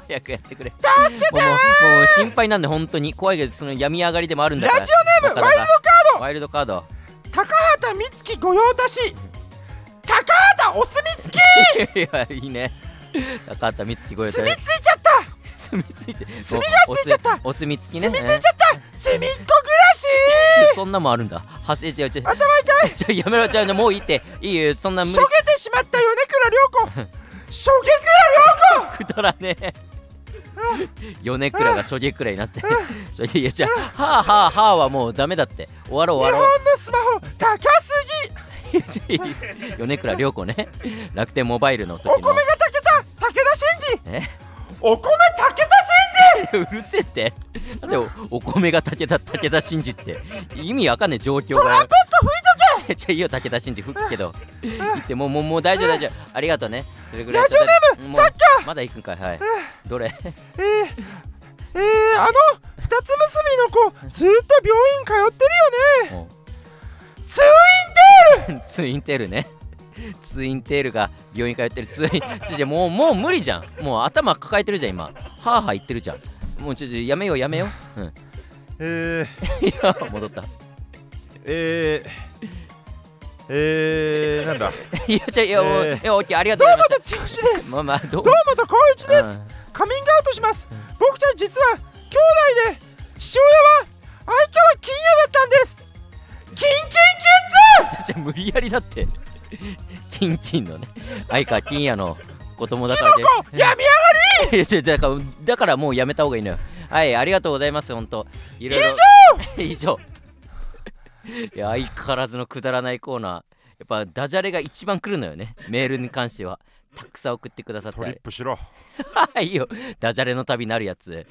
A: 早くやってくれ助けてもうもう心配なんで本当に怖いけどその病み上がりでもあるんだから
B: ラジオネーム
A: なかなかワイルドカード
B: の高畑充希御用達高畑お墨付き
A: [laughs] いやいいね分かった三月超えた
B: 墨ついちゃった
A: 墨ついちゃった
B: 墨がついちゃった
A: お墨付きね
B: 墨ついちゃった墨っこ暮らし
A: ちそんなもんあるんだ派生しちゃうちょ頭痛 [laughs] いちょやめろちゃもういいっていいよそんな無理
B: しょげてしまった米倉涼
A: [laughs]
B: 子しょげ倉涼子
A: くだらねえ米倉がしょげくらいになってしょげいやじゃあはあはあはあはもうダメだって終わろう
B: 日
A: 終
B: 本
A: わ
B: の
A: ろう
B: スマホ高すぎ
A: 米倉涼子ね楽天モバイルの時
B: お米
A: の
B: が炊けた武田真治
A: え
B: お米炊けた真治
A: [laughs] うるせえってなんでおお米が武田武田真治って意味わかんねえ状況
B: トラン
A: が
B: ペット吹
A: めっ [laughs] ちゃいいよ武田真治吹くけど言ってもうもうもう大丈夫大丈夫ありがとうねそれぐらい
B: ラジオネーム
A: もう
B: サッカ
A: まだ行くんかいはいど
B: [laughs]
A: れ
B: いとけえー、えー、あの二つ結びの子ずーっと病院通ってるよね
A: も
B: ツインテール
A: うツインテールねツインテールが病院通ってるツインちょちょもうもう無理じゃんもう頭抱えてるじゃん今はあはあ言ってるじゃんもうちょちょやめようやめよう、うん、い
B: えー、
A: や戻った
B: えー、えー、なんだ
A: いやちょいやもう、
B: え
A: え
B: ー
A: オッケーありがとうございま
B: 堂
A: し
B: 本剛です
A: たまあまあどう
B: 堂本光一です、
A: うん
B: カミングアウトします僕たち実は兄弟で父親は相川金也だったんですキンキンキッ
A: じ
B: ズ
A: ゃ無理やりだって [laughs] キンキンのね相川金也の子供だからね
B: ここやみやが
A: い
B: り
A: や違うだからだからもうやめた方がいいのよはいありがとうございます本当いろいろ [laughs] 以上いや相変わらずのくだらないコーナーやっぱダジャレが一番来るのよねメールに関してはたくさん送ってくださってあれ
B: プしろ
A: はいいよダジャレの旅になるやつ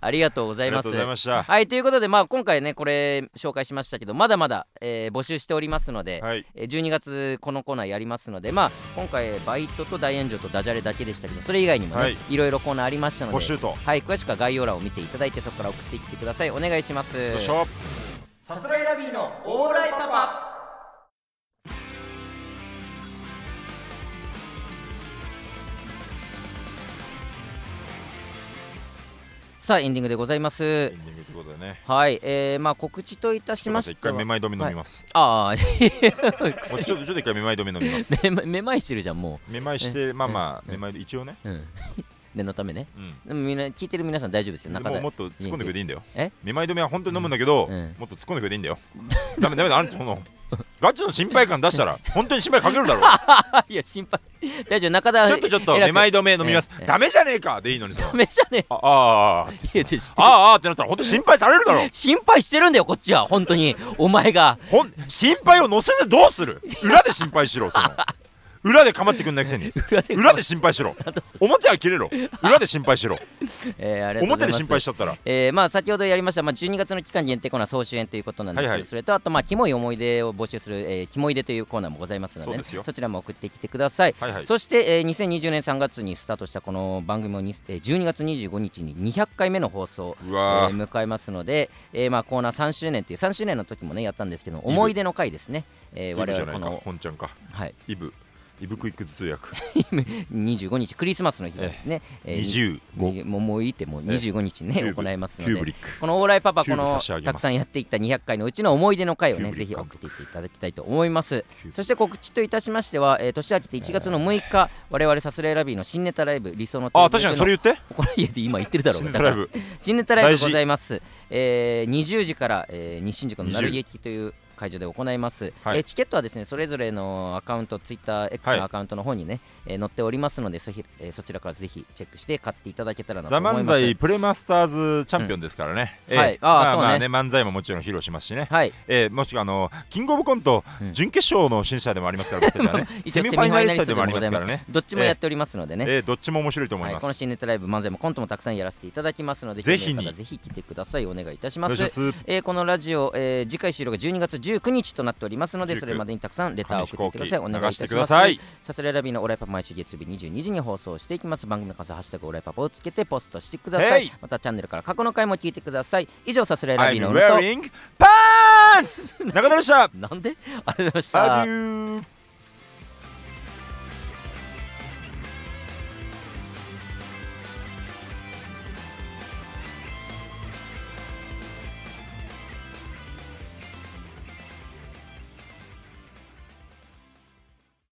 A: ありがとうございます
B: ありがとうございました
A: はいということでまあ今回ねこれ紹介しましたけどまだまだ、えー募集しておりますので、
B: はい
A: えー12月このコーナーやりますのでまあ今回バイトと大炎上とダジャレだけでしたけどそれ以外にもね、
B: はい
A: い、ろいろコーナーありましたので
B: 募集と
A: はい詳しくは概要欄を見ていただいてそこから送ってきてくださいお願いします
B: よいしょ
A: さすらいラビーのオーライパパさあエンディングでございま
B: エ
A: す
B: ンディングということでね
A: はいえー、まあ告知といたし
B: ちょっと
A: ま
B: 待っ
A: し
B: て一
A: て
B: 回
A: は
B: めまい止め飲みます、
A: ああ
B: もうちょっとちょっと一回めまい止め飲みます
A: [laughs] めまめまいしてるじゃんも
B: めまいしてまあまあ
A: うん
B: めまい一応ね
A: う、うん、 [laughs] 念のためね
B: うん
A: でもみんな聞いてる皆さん大丈夫ですよ
B: で
A: 中
B: も
A: で
B: もっと突っ込んでくれていいんだよ
A: え
B: めまい止めは本当に飲むんだけど、
A: うん
B: もっと突っ込んでくれていいんだよダメダメだあんたそのガチの心配感出し
A: [laughs]
B: たら本当に心配かけるだろ
A: [laughs] あいや心配大丈夫中田
B: ちょっとちょっと
A: 偉く
B: めまい止め飲みます
A: ええええ
B: ダメじゃねえかでいいのにさ
A: ダメじゃね
B: あああ
A: えいやちょちょ
B: あああってなったら本当心配されるだろ
A: 心配してるんだよこっちは本当にお前が
B: ほん心配を乗せてどうする裏で心配しろその裏で構ってくんないくせに
A: [laughs] 裏で
B: 裏で心配しろ
A: なんだそれ
B: 表は切れろ裏で心配しろ
A: えーありがとうご
B: 表
A: ざいま
B: で
A: す
B: 心配しちゃったら
A: えーまあ先ほどやりました、まあ、12月の期間限定コーナー総集編ということなんですけど、
B: はいはい
A: それとあと、まあ、キモい思い出を募集する、えーキモいでというコーナーもございますので,、
B: そうですよ
A: ちらも送ってきてください、
B: はいはい
A: そして、えー2020年3月にスタートしたこの番組もに、えー12月25日に200回目の放送、
B: うわ
A: え
B: ー
A: ー迎えますので、えーまあ、コーナー3周年っていう3周年の時もねやったんですけど思い出の回ですね、えー
B: イブ
A: 我
B: じゃ
A: 々
B: な
A: こ
B: いか
A: の、
B: 本ちゃんか
A: はい、
B: イブイブクイック頭痛薬
A: 25日クリスマスの日ですね、えー
B: 25
A: にもうもういいってもう25日ね、
B: キューブ
A: 行います
B: キュー
A: の
B: ブ
A: で
B: リック
A: このオーライパパ
B: キュ
A: こ
B: ーブ
A: の
B: 差し上げま
A: た
B: す
A: くさんやっていった200回のうちの思い出の回をね
B: キューブリ
A: ぜ
B: ッ
A: ひ
B: ク
A: 送っていっていただきたいと思います
B: キューブ
A: そして告知といたしましては、えー年明けて1月の6日我々サスレラビーの新ネタライブ理想の
B: あ確かにそれ言って
A: これいや今言ってるだろう
B: シ
A: が
B: ンデレ
A: [laughs]
B: ライブ
A: 新ネタライ
B: 大
A: ブ
B: 事
A: ございます、えー、20時から、えー、西新宿の
B: 20
A: なる劇という会場で行います、
B: はい
A: えーチケットはですねそれぞれのアカウントツイッター X
B: はい
A: のアカウントの方にね、えー載っておりますのでそひ、えーそちらからぜひチェックして買っていただけたらなと
B: ザ・
A: 思いま
B: 漫
A: す
B: 才プレマスターズチャンピオンですからね、
A: うんはいあー
B: まあ
A: そうね
B: まあね漫才ももちろん披露しますしね、
A: はい
B: えーもしくはあのキングオブコント
A: うん
B: 準決勝の審査でもありますから、僕たちは
A: [laughs]
B: ねセミファイナリストでもありますからね、
A: どっちもやっておりますのでね、
B: えーどっちも面白いと思い
A: はい、
B: ます。
A: この新ネタライブ漫才もコントもたくさんやらせていただきますので
B: ぜひに
A: 興味ある方ぜひ来てくださいお願いいたし
B: お
A: ま
B: 願い
A: す
B: します
A: えーこのラジオ、えー次回収録が12月19日となっておりますので
B: 19
A: それまでにたくさんレターを送っていってくださいお
B: 紙飛行
A: 願
B: 機
A: いいたし
B: 流してく
A: ま
B: だ
A: す
B: さい
A: サスレラビーのオライパパ毎週月曜日22時に放送していきます番組の感想ハッシュタグオライパパをつけてポストしてくださ
B: へ
A: い
B: い
A: またチャンネルから過去の回も聞いてください以上サスレラビー
B: I'm
A: の裏と
B: wearing pants! 中田でした
A: なんでありがとうございました
B: Adieu!